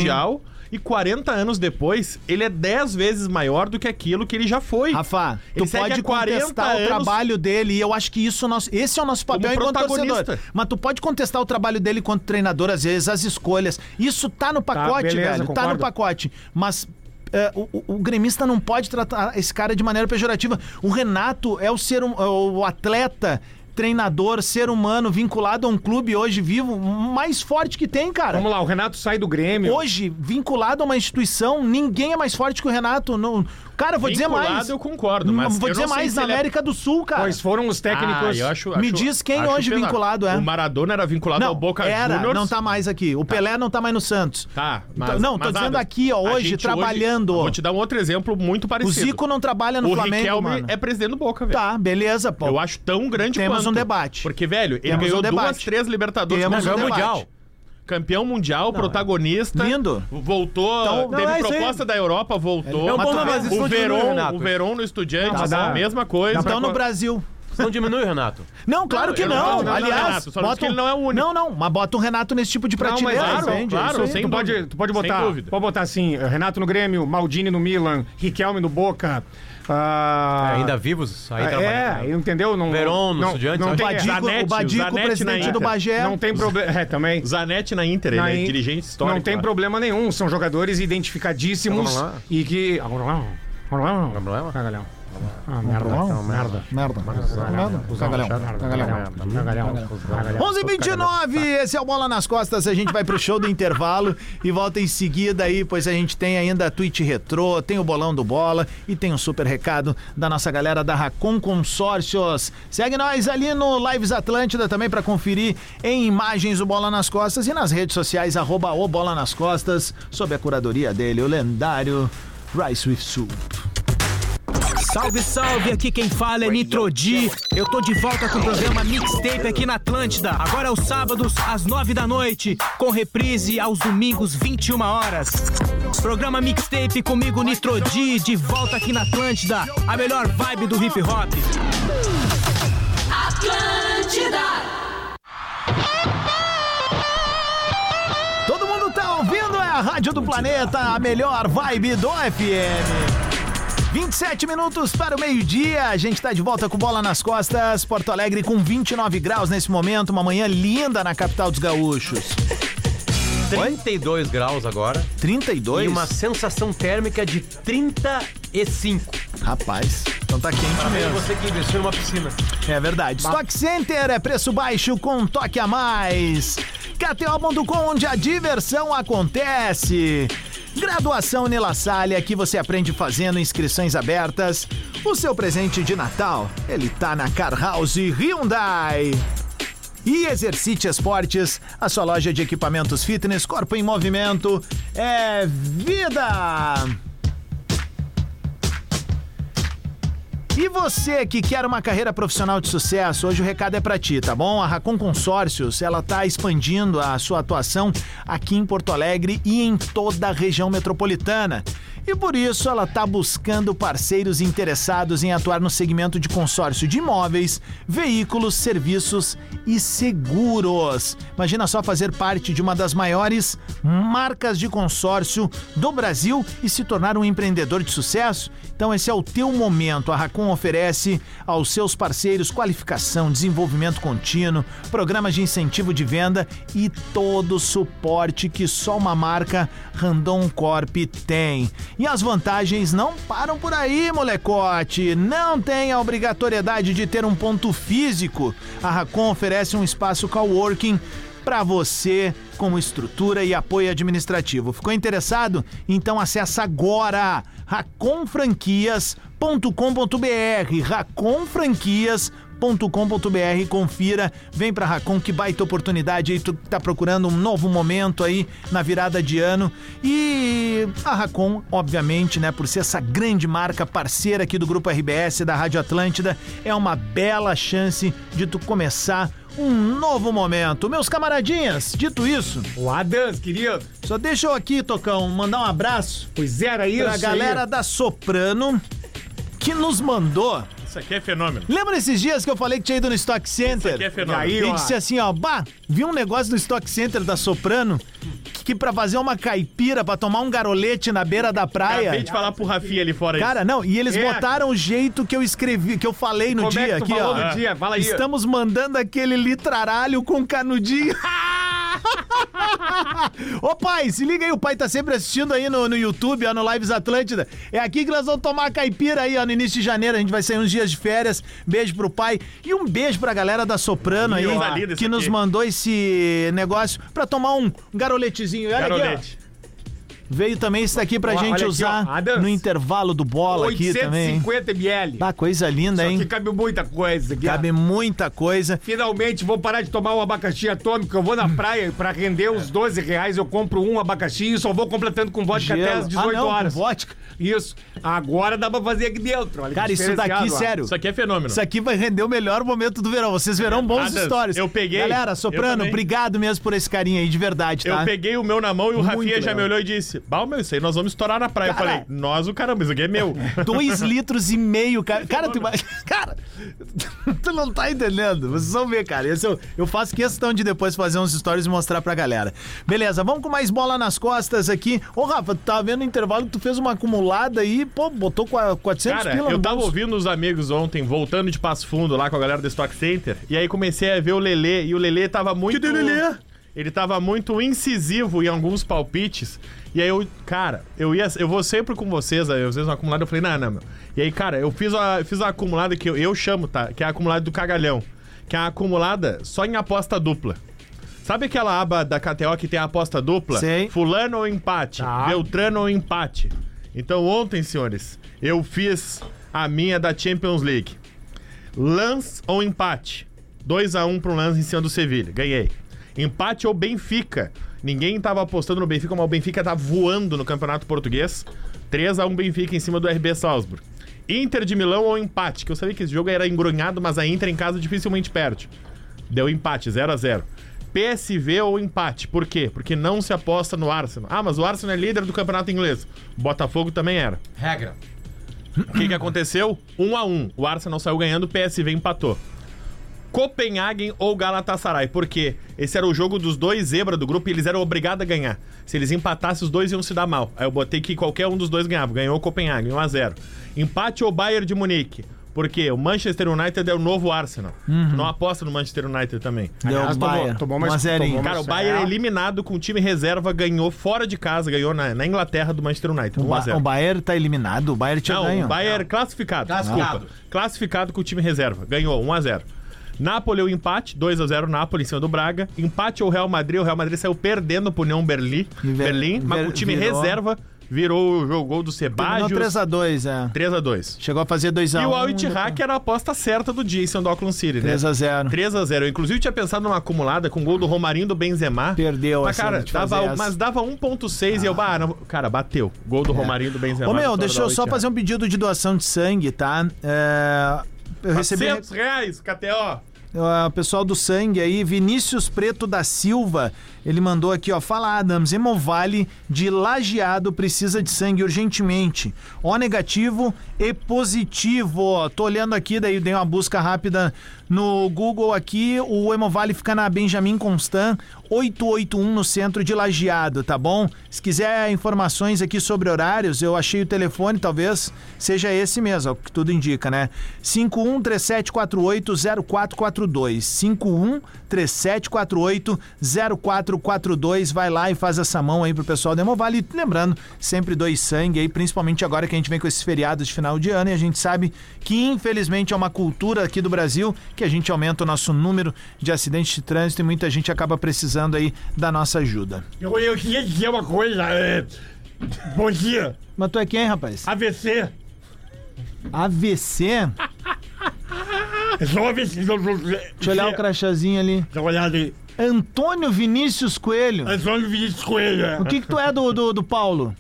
Speaker 2: E 40 anos depois, ele é 10 vezes maior do que aquilo que ele já foi.
Speaker 1: Rafa,
Speaker 2: Ele
Speaker 1: tu
Speaker 2: segue
Speaker 1: pode
Speaker 2: há 40
Speaker 1: contestar
Speaker 2: anos-
Speaker 1: o trabalho dele e eu acho que isso é o nosso, esse é o nosso papel enquanto
Speaker 2: protagonista.
Speaker 1: torcedor. Mas tu pode contestar o trabalho dele enquanto treinador às vezes, as escolhas. Isso tá no pacote,
Speaker 4: beleza,
Speaker 1: velho, tá no
Speaker 4: concordo.
Speaker 1: pacote. Mas é, o, o- o gremista não pode tratar esse cara de maneira pejorativa. O Renato é o ser hum- é o atleta treinador, ser humano vinculado a um clube hoje vivo mais forte que tem, cara.
Speaker 4: Vamos lá, o Renato sai do Grêmio.
Speaker 1: Hoje, vinculado a uma instituição, ninguém é mais forte que o Renato. Não... Cara, eu vou dizer
Speaker 2: Vinculado,
Speaker 1: mais. Hum,
Speaker 2: eu concordo, mas
Speaker 1: Vou
Speaker 2: eu
Speaker 1: dizer
Speaker 2: não sei
Speaker 1: mais
Speaker 2: se
Speaker 1: na
Speaker 2: ele é-
Speaker 1: América do Sul, cara.
Speaker 4: Pois foram os
Speaker 2: Ah,
Speaker 4: técnicos.
Speaker 2: eu acho,
Speaker 1: Me
Speaker 2: acho-
Speaker 1: diz quem
Speaker 2: acho
Speaker 1: hoje
Speaker 2: pesado.
Speaker 1: vinculado é.
Speaker 2: O Maradona era vinculado ao
Speaker 1: não,
Speaker 2: Boca
Speaker 1: era,
Speaker 2: Juniors.
Speaker 1: não tá mais aqui. O Pelé não tá mais no Santos.
Speaker 2: Tá,
Speaker 1: Então, não, tô dizendo aqui, ó,
Speaker 2: a
Speaker 1: hoje,
Speaker 2: gente
Speaker 1: trabalhando.
Speaker 2: vou te dar um outro exemplo muito
Speaker 1: O
Speaker 2: parecido.
Speaker 1: Zico não trabalha no
Speaker 2: o
Speaker 1: Flamengo,
Speaker 2: Riquelme
Speaker 1: mano.
Speaker 2: é presidente do Boca, velho.
Speaker 1: Tá, beleza, pô.
Speaker 2: Eu acho tão grande
Speaker 1: Temos
Speaker 2: quanto.
Speaker 1: um debate.
Speaker 2: Porque, velho, ele
Speaker 1: Temos
Speaker 2: ganhou
Speaker 1: um debate.
Speaker 2: duas, três Libertadores.
Speaker 1: Temos
Speaker 2: campeão
Speaker 1: um debate. é.
Speaker 2: mundial. Campeão mundial, protagonista.
Speaker 1: Lindo.
Speaker 2: Voltou,
Speaker 1: Então-
Speaker 2: teve
Speaker 3: Não, é isso aí.
Speaker 2: proposta da Europa, voltou.
Speaker 3: É um
Speaker 1: Mas
Speaker 3: bom,
Speaker 1: tu vê,
Speaker 3: mas isso
Speaker 2: o
Speaker 3: não diminui,
Speaker 2: Verón,
Speaker 3: Renato.
Speaker 2: o Verón no Estudiantes,
Speaker 4: Tá, dá-
Speaker 2: a mesma coisa.
Speaker 1: então no Brasil.
Speaker 3: Isso não diminui, Renato.
Speaker 1: Não, claro que
Speaker 2: não,
Speaker 1: não.
Speaker 2: não, não,
Speaker 1: Aliás,
Speaker 2: Renato, só disse
Speaker 1: bota
Speaker 2: que
Speaker 1: um-
Speaker 2: ele não é o único.
Speaker 1: Não, não, mas bota o Renato nesse tipo de
Speaker 4: mas
Speaker 1: prateleira,
Speaker 4: claro,
Speaker 1: entende?
Speaker 2: claro,
Speaker 1: Isso aí.
Speaker 2: sem
Speaker 4: tu, pode,
Speaker 2: dúvida.
Speaker 4: tu pode
Speaker 2: Sem
Speaker 4: botar.
Speaker 2: dúvida.
Speaker 4: Pode botar assim: Renato no Grêmio, Maldini no Milan, Riquelme no Boca. ah,
Speaker 3: Ainda vivos, aí
Speaker 4: É,
Speaker 3: trabalhando.
Speaker 4: entendeu? Não,
Speaker 3: Verón, no
Speaker 4: não,
Speaker 3: Estudiantes,
Speaker 4: não,
Speaker 3: eu
Speaker 1: O
Speaker 4: tem,
Speaker 3: acho.
Speaker 1: Badico,
Speaker 2: Zanetti,
Speaker 1: o Badico,
Speaker 2: Zanetti na
Speaker 1: presidente
Speaker 2: Inter.
Speaker 1: do Bagé.
Speaker 4: não tem problema. É, também.
Speaker 2: Zanetti na Inter, ele
Speaker 4: Na
Speaker 2: é
Speaker 4: in-
Speaker 2: dirigente histórico.
Speaker 4: Não tem
Speaker 2: lá.
Speaker 4: problema nenhum, são jogadores identificadíssimos
Speaker 3: Vamos lá.
Speaker 4: e que. Vamos lá. Vamos lá. Vamos lá.
Speaker 3: Problema?
Speaker 4: Cagalhão. Ah, merda. Merda.
Speaker 1: Merda. Merda. Cagalhão. Cagalhão.
Speaker 4: Cagalhão. Cagalhão.
Speaker 1: 11 h 29 esse é o Bola nas Costas. A gente vai pro show do intervalo e volta em seguida aí, pois a gente tem ainda a Twitch Retrô, tem o Bolão do Bola e tem um super recado da nossa galera da Racon Consórcios. Segue nós ali no Lives Atlântida também pra conferir em imagens o Bola nas Costas e nas redes sociais, arroba o Bola nas Costas, sob a curadoria dele, o lendário Rice with Soup.
Speaker 6: Salve, salve! Aqui quem fala é Nitrodi. Eu tô de volta com o programa Mixtape aqui na Atlântida. Agora aos sábados, às nove da noite, com reprise aos domingos, 21 horas. Programa Mixtape comigo, Nitrodi, de volta aqui na Atlântida. A melhor vibe do hip hop.
Speaker 1: Todo mundo tá ouvindo, é a Rádio do Planeta, a melhor vibe do FM. 27 minutos para o meio-dia, a gente tá de volta com bola nas costas. Porto Alegre com 29 graus nesse momento, uma manhã linda na capital dos gaúchos.
Speaker 3: 32 graus agora
Speaker 1: 32?
Speaker 3: e uma sensação térmica de 35.
Speaker 1: Rapaz, então tá quente
Speaker 3: Mesmo.
Speaker 1: mesmo.
Speaker 3: Você que investiu numa piscina.
Speaker 1: É verdade. Stock Center é preço baixo com toque a mais. KTO.com, onde a diversão acontece. Graduação Nela Salle, aqui você aprende fazendo inscrições abertas. O seu presente de Natal, ele tá na Car House Hyundai. E Exercite Esportes, a sua loja de equipamentos fitness, corpo em movimento, é vida! E você que quer uma carreira profissional de sucesso, hoje o recado é pra ti, tá bom? A Racon Consórcios, ela tá expandindo a sua atuação aqui em Porto Alegre e em toda a região metropolitana. E por isso ela tá buscando parceiros interessados em atuar no segmento de consórcio de imóveis, veículos, serviços e seguros. Imagina só fazer parte de uma das maiores marcas de consórcio do Brasil e se tornar um empreendedor de sucesso? Então esse é o teu momento. A Racon oferece aos seus parceiros qualificação, desenvolvimento contínuo, programas de incentivo de venda e todo o suporte que só uma marca Randon Corp tem. E as vantagens não param por aí, molecote. Não tem a obrigatoriedade de ter um ponto físico. A Racon oferece um espaço coworking para você com estrutura e apoio administrativo. Ficou interessado? Então acessa agora raconfranquias.com.br raconfranquias.com.br confira, vem pra Racon, que baita oportunidade aí, tu que tá procurando um novo momento aí na virada de ano e a Racon, obviamente, né, por ser essa grande marca parceira aqui do Grupo RBS, da Rádio Atlântida, é uma bela chance de tu começar um novo momento. Meus camaradinhas, dito isso,
Speaker 4: O Adams, querido.
Speaker 1: só deixa eu aqui, Tocão, mandar um abraço
Speaker 4: Pois era isso.
Speaker 1: pra
Speaker 4: aí.
Speaker 1: galera da Soprano que nos mandou.
Speaker 2: Isso aqui é fenômeno.
Speaker 1: Lembra esses dias que eu falei que tinha ido no Stock Center?
Speaker 2: aqui é fenômeno.
Speaker 1: E aí, disse assim, ó, bah, vi um negócio no Stock Center da Soprano que, que pra fazer uma caipira, pra tomar um garolete na beira da
Speaker 2: Acabei
Speaker 1: praia.
Speaker 2: de falar pro Rafinha ali fora
Speaker 1: Cara, não, e eles
Speaker 4: É.
Speaker 1: botaram o jeito que eu escrevi, que eu falei no
Speaker 4: Como é
Speaker 1: dia
Speaker 4: que tu
Speaker 1: aqui,
Speaker 4: falou
Speaker 1: ó.
Speaker 4: no dia? Fala aí.
Speaker 1: Estamos mandando aquele litraralho com
Speaker 4: [LAUGHS]
Speaker 1: canudinho. Ô pai, se liga aí, o pai tá sempre assistindo aí no, no YouTube, ó, no Lives Atlântida. É aqui que nós vamos tomar a caipira aí, ó, no início de janeiro. A gente vai sair uns dias de férias. Beijo pro pai e um beijo pra galera da Soprano aí,
Speaker 2: coisa linda
Speaker 1: que
Speaker 2: isso
Speaker 1: nos
Speaker 2: aqui.
Speaker 1: mandou esse negócio pra tomar um garoletezinho. E Olha aqui,
Speaker 2: Garolete.
Speaker 1: ó. Veio também esse daqui pra
Speaker 4: Ó,
Speaker 1: gente
Speaker 4: olha aqui,
Speaker 1: usar
Speaker 4: ó, Adams.
Speaker 1: no intervalo do bola aqui também. hein?
Speaker 4: 850 ml.
Speaker 1: Bah, coisa linda,
Speaker 4: Só
Speaker 1: hein?
Speaker 4: que cabe muita coisa aqui. ó.
Speaker 1: Cabe muita coisa.
Speaker 4: Finalmente vou parar de tomar um abacaxi atômico. Eu vou na praia pra render os 12 reais. Eu compro um abacaxi e só vou completando com vodka
Speaker 1: Gelo.
Speaker 4: até as 18
Speaker 1: ah, não, com
Speaker 4: horas.
Speaker 1: Vodka.
Speaker 4: Isso. Agora dá pra fazer aqui dentro. Olha que
Speaker 1: Cara, isso
Speaker 4: diferenciado,
Speaker 1: daqui,
Speaker 4: ó.
Speaker 1: sério.
Speaker 2: Isso aqui é fenômeno.
Speaker 1: Isso aqui vai render o melhor momento do verão. Vocês verão bons
Speaker 2: Adams,
Speaker 1: stories.
Speaker 2: eu peguei.
Speaker 1: Galera,
Speaker 2: Eu
Speaker 1: Soprano,
Speaker 2: também.
Speaker 1: obrigado mesmo por esse carinho aí, de verdade,
Speaker 2: Eu
Speaker 1: tá?
Speaker 2: peguei o meu na mão e o Rafinha já
Speaker 1: legal.
Speaker 2: me olhou e disse: Bah, meu, isso aí nós vamos estourar na praia.
Speaker 1: Cara.
Speaker 2: Eu falei: Nós, o caramba, isso aqui
Speaker 1: [LAUGHS]
Speaker 2: é meu.
Speaker 1: Dois
Speaker 2: [LAUGHS]
Speaker 1: litros e meio, cara. Cara, tu, ima- cara, tu não tá entendendo. Vocês vão ver, cara. Esse eu, eu faço questão de depois fazer uns stories e mostrar pra galera. Beleza, vamos com mais bola nas costas aqui. Ô, Rafa, tu tava vendo no intervalo que tu fez uma acumulada aí, pô, botou qua- 400
Speaker 2: Cara,
Speaker 1: pila no
Speaker 2: eu tava
Speaker 1: bolso.
Speaker 2: ouvindo os amigos ontem, voltando de Passo Fundo lá com a galera do Stock Center, e aí comecei a ver o Lelê, e o Lelê tava muito... Que Lelê? Ele tava muito incisivo em alguns palpites, e aí eu, cara, eu ia, eu vou sempre com vocês, aí às vezes uma acumulada, eu falei, não, não, meu. E aí, cara, eu fiz a, fiz a acumulada que eu, eu chamo, tá, que é a acumulada do cagalhão, que é a acumulada só em aposta dupla. Sabe aquela aba da KTO que tem a aposta dupla?
Speaker 1: Sei.
Speaker 2: Fulano ou empate, Beltrano ou empate. Então ontem, senhores, eu fiz a minha da Champions League. Lance ou empate? 2 a 1 pro Lance em cima do Sevilha. Ganhei. Empate ou Benfica? Ninguém tava apostando no Benfica, mas o Benfica tá voando no Campeonato Português. 3 a 1 Benfica em cima do RB Salzburg. Inter de Milão ou empate? Que eu sabia que esse jogo era engronhado, mas a Inter em casa dificilmente perde. Deu empate, 0 a 0 PSV ou empate. Por quê? Porque não se aposta no Arsenal. Ah, mas o Arsenal é líder do campeonato inglês. Botafogo também era.
Speaker 3: Regra.
Speaker 2: O que, que aconteceu? 1 um a 1 O Arsenal saiu ganhando, o PSV empatou. Copenhagen ou Galatasaray. Por quê? Esse era o jogo dos dois zebra do grupo e eles eram obrigados a ganhar. Se eles empatassem, os dois iam se dar mal. Aí eu botei que qualquer um dos dois ganhava. Ganhou o Copenhagen, 1x0. Empate ou Bayern de Munique? Por quê? O Manchester United é o novo Arsenal. Não aposta no Manchester United também.
Speaker 1: Deu
Speaker 4: Aliás,
Speaker 1: um
Speaker 4: tomou-
Speaker 1: Bayer.
Speaker 4: tomou uma-
Speaker 1: um a zerinho.
Speaker 4: tomou uma-
Speaker 2: Cara, o
Speaker 4: Nossa,
Speaker 2: Bayern
Speaker 4: é.
Speaker 2: eliminado com o time reserva ganhou fora de casa, ganhou na, na Inglaterra do Manchester United.
Speaker 1: O, ba
Speaker 2: 1x0.
Speaker 1: o Bayern tá eliminado, o Bayern tinha
Speaker 2: Não,
Speaker 1: ganho.
Speaker 2: o Bayern classificado.
Speaker 3: Classificado.
Speaker 2: Desculpa. Classificado com o time reserva. Ganhou 1x0. Nápoles o um empate, 2x0 Nápoles em cima do Braga. Empate ao Real Madrid, o Real Madrid saiu perdendo pro União Berlim,
Speaker 1: E ver-
Speaker 2: Berlim mas
Speaker 1: ver-
Speaker 2: com o time
Speaker 1: virou.
Speaker 2: reserva virou o jogo gol do
Speaker 1: Terminou Então,
Speaker 2: Sebágio.
Speaker 1: 3x2, é.
Speaker 2: 3x2
Speaker 1: Chegou a um, fazer 2x1.
Speaker 2: E o Al Ittihad, que era a aposta certa do dia em São Auckland City, né?
Speaker 1: 3x0.
Speaker 2: 3x0. Eu, inclusive, tinha pensado numa acumulada com o gol do Romarinho do Benzema.
Speaker 1: Perdeu
Speaker 2: mas,
Speaker 1: essa
Speaker 2: cara,
Speaker 1: de fazer
Speaker 2: dava,
Speaker 1: essa. É.
Speaker 2: mas dava 1.6 e eu... Bah, não- cara, bateu. Gol do Romarinho do Benzema.
Speaker 1: Ô, meu,
Speaker 2: vitória né?
Speaker 1: deixa
Speaker 2: do
Speaker 1: eu só
Speaker 2: Al Ittihad.
Speaker 1: fazer um pedido de doação de sangue, tá? É,
Speaker 2: Tá
Speaker 1: Eu recebi
Speaker 2: 400 reais, KTO.
Speaker 1: Ah, o pessoal do sangue aí, Vinícius Preto da Silva, ele mandou aqui, ó, fala Adams, Hemovale de Lajeado precisa de sangue urgentemente. O negativo e positivo. Ó, Tô olhando aqui, daí dei uma busca rápida no Google aqui, o Hemovale fica na Benjamin Constant, 881 no centro de Lajeado, tá bom? Se quiser informações aqui sobre horários, eu achei o telefone, talvez seja esse mesmo, é o que tudo indica, né? 5137480442. 5137480442. Vai lá e faz essa mão aí pro pessoal da Hemovale. E Lembrando, sempre doe sangue aí, principalmente agora que a gente vem com esses feriados de final de ano e a gente sabe que infelizmente é uma cultura aqui do Brasil que a gente aumenta o nosso número de acidentes de trânsito e muita gente acaba precisando aí da nossa ajuda.
Speaker 4: Eu, eu queria dizer uma coisa. É... Bom dia.
Speaker 1: Mas tu é quem, rapaz?
Speaker 4: AVC.
Speaker 1: AVC?
Speaker 4: É só AVC.
Speaker 1: Deixa eu olhar o
Speaker 4: [LAUGHS]
Speaker 1: crachazinho ali.
Speaker 4: Dá uma olhada aí.
Speaker 1: Antônio Vinícius Coelho.
Speaker 4: Antônio Vinícius Coelho. é.
Speaker 1: O que que tu é do, do, do Paulo?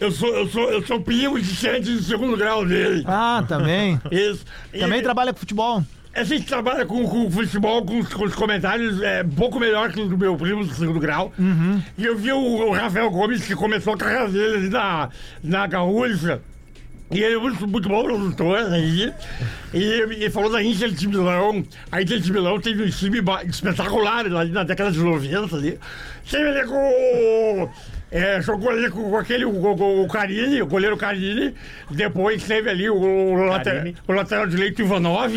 Speaker 4: Eu sou, eu sou, eu sou primo de sede de segundo grau dele.
Speaker 1: Ah, também.
Speaker 4: Isso.
Speaker 1: Também
Speaker 4: [LAUGHS] E-
Speaker 1: trabalha com futebol.
Speaker 4: A gente trabalha com, com futebol, com, os- com os comentários, é um pouco melhor que os do meu primo do segundo grau. E eu vi o, o Rafael Gomes, que começou a carreira dele ali na, na Gaúcha. E ele é muito, muito bom produtor aí. E ele falou da Inter de Milão. A Inter de Milão teve um time ba- espetacular ali na década de 90 ali. Teve ali com. o- é, jogou ali com com aquele, com- com o Carini, o goleiro Carini. Depois teve ali o, o, lateral,
Speaker 2: Carini.
Speaker 4: o lateral direito Ivanov,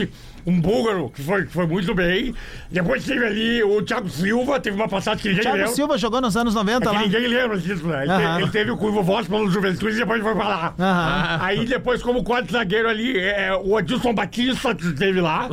Speaker 4: um búlgaro, que foi, que foi muito bem. Depois teve ali o Thiago Silva, teve uma passagem que ninguém
Speaker 1: Thiago
Speaker 4: lembra.
Speaker 1: Silva jogou nos anos 90
Speaker 4: É que
Speaker 1: lá.
Speaker 4: ninguém lembra disso, né? Ele,
Speaker 1: Aham.
Speaker 4: te- ele teve o Curvo Voz pelo Juventude e depois foi pra lá.
Speaker 1: Aham.
Speaker 4: Aí depois, como quarto zagueiro ali, é, o Adilson Batista
Speaker 2: [LAUGHS]
Speaker 4: teve lá.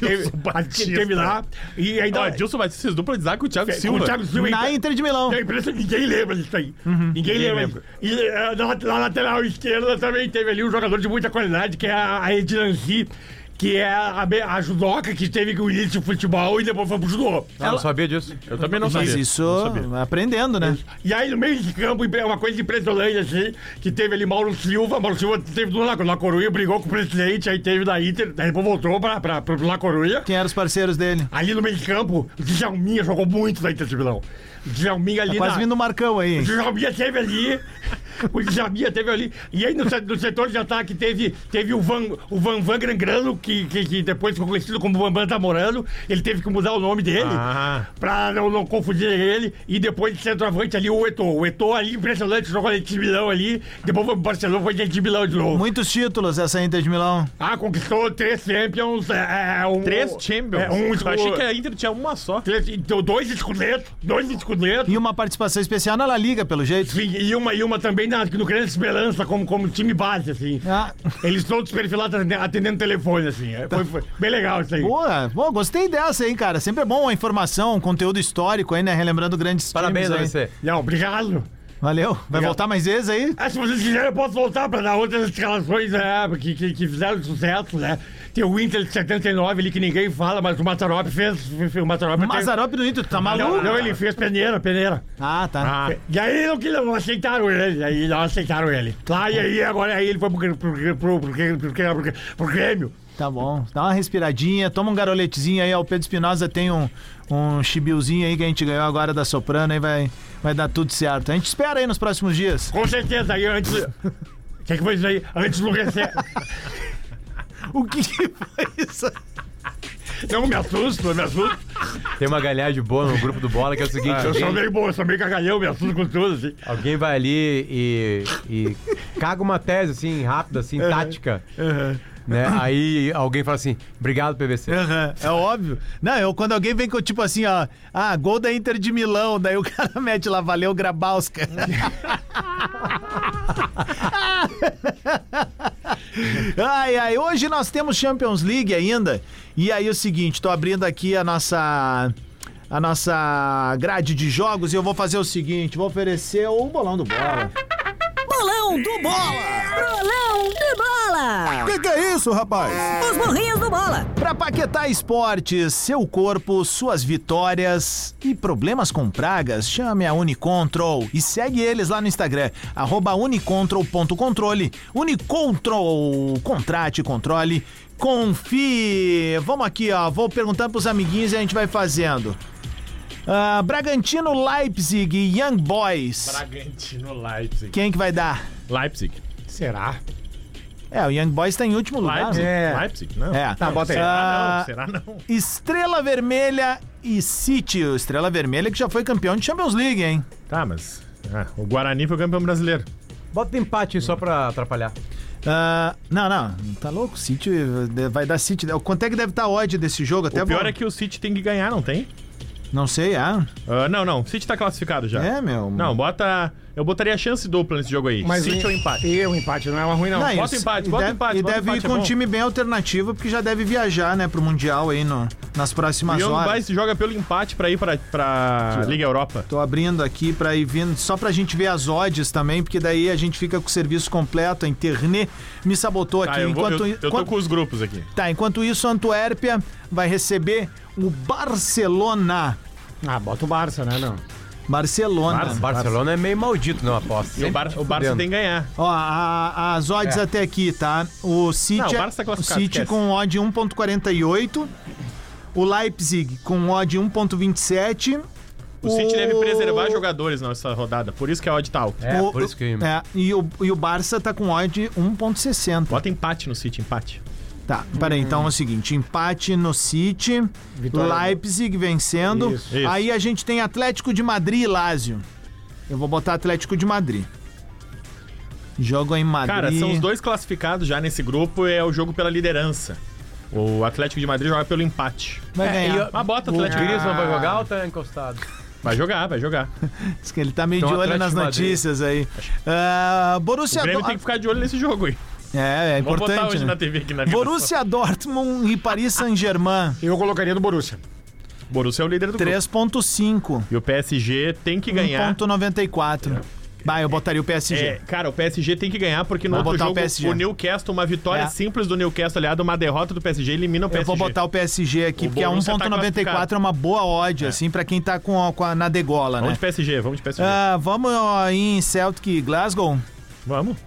Speaker 4: teve,
Speaker 2: Batista.
Speaker 4: Teve lá. E ainda.
Speaker 1: Então,
Speaker 2: Ó,
Speaker 1: é.
Speaker 2: Dilson Batista, vocês dupla de zaga com o Thiago
Speaker 4: com
Speaker 2: Silva.
Speaker 4: O Thiago Silva
Speaker 1: Na
Speaker 4: ainda-
Speaker 1: Inter de Milão.
Speaker 4: a imprensa, ninguém lembra disso aí.
Speaker 1: Uhum.
Speaker 4: Ninguém, lembra.
Speaker 2: lembra.
Speaker 4: disso. E eh, na, na lateral esquerda também teve ali um jogador de muita qualidade, que é a, a Ednancy, que é a, be- a judoca que teve o início do futebol e depois foi pro judô.
Speaker 3: Eu não sabia disso.
Speaker 2: Eu também não
Speaker 1: Mas
Speaker 2: sabia.
Speaker 1: isso
Speaker 2: Não sabia.
Speaker 1: aprendendo, né?
Speaker 4: E aí no meio de campo, impre- uma coisa impressionante assim, que teve ali Mauro Silva, Mauro Silva teve do La, La Coruña, brigou com o presidente, aí teve da Inter, daí depois voltou pra, pra, pro La Coruña.
Speaker 1: Quem eram os parceiros dele?
Speaker 4: Ali no meio de campo, o Djalminha jogou muito da Inter de Milão. O Djalminha ali
Speaker 1: Tá quase
Speaker 4: na-
Speaker 1: vindo o Marcão aí.
Speaker 4: o Djalminha teve ali. O Djalminha teve ali. E aí no, se- no setor de ataque teve, teve o Van, o Van Van Gran Grano, que, que, que depois ficou conhecido como Van Van Tamorano. Ele teve que mudar o nome dele
Speaker 2: Ah.
Speaker 4: pra não, não confundir ele. E depois de centroavante ali o Eto'o. O Eto'o ali, impressionante, jogou ali de Milão ali. Depois foi pro Barcelona, foi de Milão de novo.
Speaker 1: Muitos títulos essa Inter de Milão.
Speaker 4: Ah, conquistou três Champions. É, é, um,
Speaker 2: Três Champions.
Speaker 4: É, um,
Speaker 2: eu achei que a Inter tinha uma só.
Speaker 4: três, deu dois escudetos, dois escudetos.
Speaker 1: E uma participação especial na La Liga, pelo jeito.
Speaker 4: Sim, e uma, e uma também na, no Grande Esperança, como, como time base, assim.
Speaker 1: Ah,
Speaker 4: Eles todos perfilados atendendo, atendendo telefone, assim. É, Foi, foi bem legal isso aí.
Speaker 1: boa, boa, gostei dessa, hein, cara. Sempre é bom a informação, um conteúdo histórico aí, né? Relembrando grandes
Speaker 3: Parabéns,
Speaker 1: times aí.
Speaker 3: AVC.
Speaker 4: Não, obrigado.
Speaker 1: Valeu. Vai voltar mais vezes aí?
Speaker 4: Ah, se vocês quiserem, eu posso voltar pra dar outras escalações né, que, que, que fizeram sucesso, né? Tem o Inter de 79 ali que ninguém fala, mas o Matarop fez. fez- O Matarop tem-
Speaker 1: Mazarop do Inter, tu tá
Speaker 4: Não,
Speaker 1: maluco?
Speaker 4: não, ele fez peneira, peneira.
Speaker 1: Ah, tá.
Speaker 4: E aí não, que- não aceitaram ele, aí não aceitaram ele. Lá e aí agora aí ele foi pro, pro, pro, pro, pro, pro, pro Grêmio.
Speaker 1: Tá bom. Dá uma respiradinha, toma um garoletezinho aí. ó, O Pedro Espinosa tem um, um chibilzinho aí que a gente ganhou agora da Soprano aí vai, vai dar tudo certo. A gente espera aí nos próximos dias.
Speaker 4: Com certeza, aí antes. [LAUGHS] O que, que foi isso aí? Antes do recesso.
Speaker 1: O que que foi isso?
Speaker 4: Não me assusto, não me assusto.
Speaker 3: Tem uma galhagem boa no grupo do Bola que é o seguinte:
Speaker 2: Ah,
Speaker 4: Eu sou
Speaker 3: alguém,
Speaker 4: meio bom, eu sou meio cagalhão, me assusto com tudo, assim.
Speaker 3: alguém vai ali e, e caga uma tese assim, rápida, assim, tática. Né? Aí alguém fala assim: obrigado, PVC.
Speaker 1: Aham, é óbvio. Não, eu quando alguém vem com tipo assim, ó, ah, gol da Inter de Milão, daí o cara [LAUGHS] mete lá, valeu, Grabowska. [LAUGHS] ai, ai, hoje nós temos Champions League ainda. E aí é o seguinte, tô abrindo aqui a nossa a nossa grade de jogos e eu vou fazer o seguinte, vou oferecer o bolão do bola.
Speaker 7: Bolão do Bola! Bolão do Bola!
Speaker 8: Que que é isso, rapaz?
Speaker 7: Os burrinhos do Bola!
Speaker 1: Pra Paquetá Esportes, seu corpo, suas vitórias e problemas com pragas, chame a Unicontrol e segue eles lá no Instagram, arroba unicontrol.controle. Unicontrol, contrate, controle, confie. Vamos aqui, ó, vou perguntando pros amiguinhos e a gente vai fazendo. Ah, Bragantino, Leipzig e Young Boys.
Speaker 2: Bragantino Leipzig.
Speaker 1: Quem é que vai dar?
Speaker 2: Leipzig.
Speaker 4: Será?
Speaker 1: É, o Young Boys tá em último lugar.
Speaker 2: Leipzig.
Speaker 1: né?
Speaker 4: É.
Speaker 2: Leipzig, não.
Speaker 1: É.
Speaker 4: Tá, bota aí.
Speaker 2: Ah,
Speaker 1: Ah,
Speaker 2: não, será não?
Speaker 1: Estrela Vermelha e City. O Estrela Vermelha que já foi campeão de Champions League, hein?
Speaker 2: Tá, mas. ah, o Guarani foi campeão brasileiro.
Speaker 3: Bota empate só pra atrapalhar.
Speaker 1: Ah, não, não, tá louco? City eh, vai dar City. Quanto é que deve estar a odd desse jogo? Até
Speaker 2: o pior
Speaker 1: vou-
Speaker 2: é que o City tem que ganhar, não tem?
Speaker 1: Não sei, ah.
Speaker 2: Ah, não, não. O City tá classificado já.
Speaker 1: É, meu.
Speaker 2: Não, bota. Eu botaria a chance dupla nesse jogo aí.
Speaker 4: Mas
Speaker 2: City
Speaker 4: o-
Speaker 2: ou empate?
Speaker 4: E o empate não é uma ruim, não.
Speaker 1: Não,
Speaker 2: bota
Speaker 1: e-
Speaker 2: empate,
Speaker 1: e
Speaker 2: bota
Speaker 1: deve,
Speaker 2: empate,
Speaker 1: E
Speaker 2: bota
Speaker 1: deve
Speaker 2: empate,
Speaker 1: ir
Speaker 2: é
Speaker 1: com um
Speaker 2: bom.
Speaker 1: time bem alternativo, porque já deve viajar, né, pro Mundial aí no, nas próximas
Speaker 2: E o
Speaker 1: horas.
Speaker 2: Vai se joga pelo empate pra ir pra, pra Liga Europa.
Speaker 1: Tô abrindo aqui pra ir vindo, só pra gente ver as odds também, porque daí a gente fica com o serviço completo, a internet me sabotou aqui.
Speaker 2: Tá, eu, vou,
Speaker 1: enquanto,
Speaker 2: eu, eu tô
Speaker 1: enquanto-
Speaker 2: com os grupos aqui.
Speaker 1: Tá, enquanto isso, Antuérpia vai receber o Barcelona.
Speaker 4: Ah, bota o Barça, né? Não.
Speaker 1: Barcelona.
Speaker 3: O Barcelona é meio maldito não aposta.
Speaker 2: E o, Bar, o Barça tem que ganhar.
Speaker 1: Ó, a- a- as odds até aqui, tá? O City,
Speaker 2: É. Não, o Barça tá
Speaker 1: o
Speaker 2: classificado,
Speaker 1: City
Speaker 2: esquece.
Speaker 1: com odd 1.48, o Leipzig com odd 1.27.
Speaker 2: O City deve preservar jogadores nessa rodada. Por isso que a odd tá alta.
Speaker 3: É,
Speaker 1: o-
Speaker 3: por isso que...
Speaker 1: é, e, o, e o Barça tá com odd 1.60.
Speaker 2: Bota empate no City, empate.
Speaker 1: Tá, peraí, então é o seguinte: empate no City,
Speaker 4: Vitória do-
Speaker 1: Leipzig vencendo.
Speaker 4: Isso.
Speaker 2: Isso.
Speaker 1: Aí a gente tem Atlético de Madrid e Lazio. Eu vou botar Atlético de Madrid. Jogo em Madrid.
Speaker 2: Cara, são os dois classificados já nesse grupo. É o jogo pela liderança. O Atlético de Madrid joga pelo empate.
Speaker 1: Vai
Speaker 3: É,
Speaker 1: ganhar. Ah,
Speaker 3: e
Speaker 2: Mas bota o
Speaker 3: O
Speaker 2: Atlético.
Speaker 3: Griezmann vai jogar ou tá encostado?
Speaker 2: Vai jogar, vai jogar.
Speaker 1: Diz que Ele tá meio
Speaker 3: Então,
Speaker 1: de olho nas
Speaker 3: Atlético de Madrid.
Speaker 1: notícias aí. Ah,
Speaker 2: O
Speaker 1: Borussia
Speaker 2: Grêmio tem
Speaker 1: Dortmund.
Speaker 2: que ficar de olho nesse jogo aí.
Speaker 1: É, é
Speaker 2: Vamos botar
Speaker 1: importante.
Speaker 2: hoje
Speaker 1: né?
Speaker 2: na TV aqui na minha
Speaker 1: Borussia Dortmund e Paris Saint-Germain,
Speaker 4: Eu colocaria do Borussia.
Speaker 2: Borussia é o líder do grupo.
Speaker 1: 3.5,
Speaker 2: E o PSG tem que ganhar.
Speaker 1: 1.94. Bah, eu botaria o PSG.
Speaker 2: É, cara, o PSG tem que ganhar, porque no
Speaker 1: Vai
Speaker 2: outro
Speaker 1: botar o
Speaker 2: jogo
Speaker 1: PSG.
Speaker 2: o, Newcastle, uma vitória
Speaker 1: É.
Speaker 2: simples do Newcastle, aliado, uma derrota do PSG, elimina o
Speaker 1: Eu
Speaker 2: PSG.
Speaker 1: vou botar o PSG aqui,
Speaker 2: O
Speaker 1: porque a
Speaker 2: Borussia tá
Speaker 1: 1.94 é uma boa odd, assim, pra quem tá com, a- com a, na degola,
Speaker 2: Vamos
Speaker 1: né?
Speaker 2: de PSG, vamos de PSG.
Speaker 1: Ah, vamos ó, em Celtic e Glasgow?
Speaker 2: Vamos.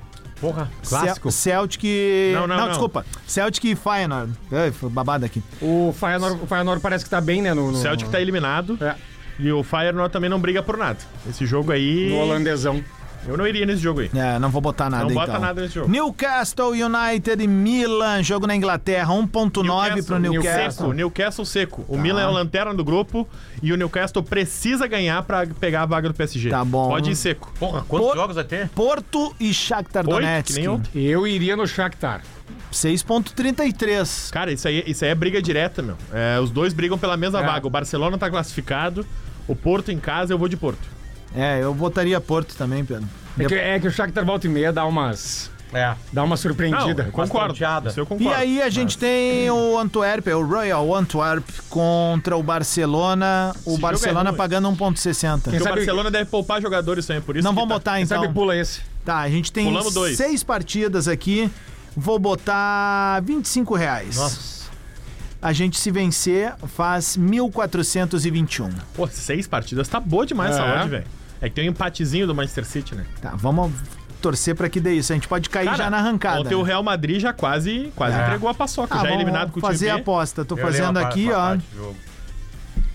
Speaker 3: Porra, clássico.
Speaker 1: Cel- Celtic e...
Speaker 2: Não, não, não.
Speaker 1: desculpa. Celtic e Feyenoord. Ai, foi babado aqui.
Speaker 4: O Feyenoord, o Feyenoord parece que tá bem, né? No, no,
Speaker 2: O Celtic tá eliminado
Speaker 4: É.
Speaker 2: e o Feyenoord também não briga por nada. Esse jogo aí...
Speaker 4: no holandesão.
Speaker 2: Eu não iria nesse jogo aí.
Speaker 1: É, não vou botar nada
Speaker 2: Não
Speaker 1: então.
Speaker 2: bota nada nesse jogo.
Speaker 1: Newcastle United e Milan, jogo na Inglaterra, 1.9 pro Newcastle. Tá.
Speaker 2: Seco, Newcastle seco. O Milan é o lanterna do grupo e o Newcastle precisa ganhar pra pegar a vaga do PSG.
Speaker 1: Tá bom.
Speaker 2: Pode ir seco.
Speaker 3: Porra, quantos
Speaker 1: Por-
Speaker 3: jogos vai ter?
Speaker 1: Porto e Shakhtar
Speaker 2: Oito, que
Speaker 1: Donetsk,
Speaker 2: nem eu.
Speaker 4: Eu iria no Shakhtar.
Speaker 1: 6.33.
Speaker 2: Cara, isso aí, isso aí é briga direta, meu. É, os dois brigam pela mesma
Speaker 4: É.
Speaker 2: vaga. O Barcelona tá classificado, o Porto em casa, eu vou de Porto.
Speaker 1: É, eu botaria Porto também, Pedro.
Speaker 4: É que, é que o Shakhtar volta e meia dá umas...
Speaker 3: É.
Speaker 4: Dá uma
Speaker 2: Não,
Speaker 4: surpreendida.
Speaker 2: eu concordo.
Speaker 3: Bastanteada.
Speaker 2: Isso eu
Speaker 1: E
Speaker 2: concordo.
Speaker 1: aí a gente tem o Antwerp, o Royal Antwerp contra o Barcelona. O
Speaker 2: Esse jogo é
Speaker 1: Barcelona
Speaker 2: ruim.
Speaker 1: pagando 1.60.
Speaker 2: Porque
Speaker 4: sabe-
Speaker 2: o Barcelona deve poupar jogadores também, por isso.
Speaker 1: Não
Speaker 2: que
Speaker 1: vão
Speaker 2: tá-
Speaker 1: botar
Speaker 4: Quem
Speaker 1: então.
Speaker 4: sabe pula esse.
Speaker 1: Tá, a gente tem
Speaker 2: Pulamos dois.
Speaker 1: seis partidas aqui. Vou botar 25 reais. Nossa. A gente se vencer faz 1.421.
Speaker 2: Pô, seis partidas tá boa demais
Speaker 4: É.
Speaker 2: essa odd, velho. É que tem um empatezinho do Manchester City, né?
Speaker 1: Tá, vamos torcer pra que dê isso. A gente pode cair já na arrancada.
Speaker 2: Ontem o Real Madrid já quase, quase entregou a paçoca,
Speaker 1: né? Ah,
Speaker 2: já
Speaker 1: vamos
Speaker 2: eliminado com o time
Speaker 1: fazer a
Speaker 2: B.
Speaker 1: aposta. Tô
Speaker 3: Eu
Speaker 1: fazendo
Speaker 3: leio a
Speaker 1: aqui,
Speaker 3: parte-
Speaker 1: ó.
Speaker 3: parte do jogo.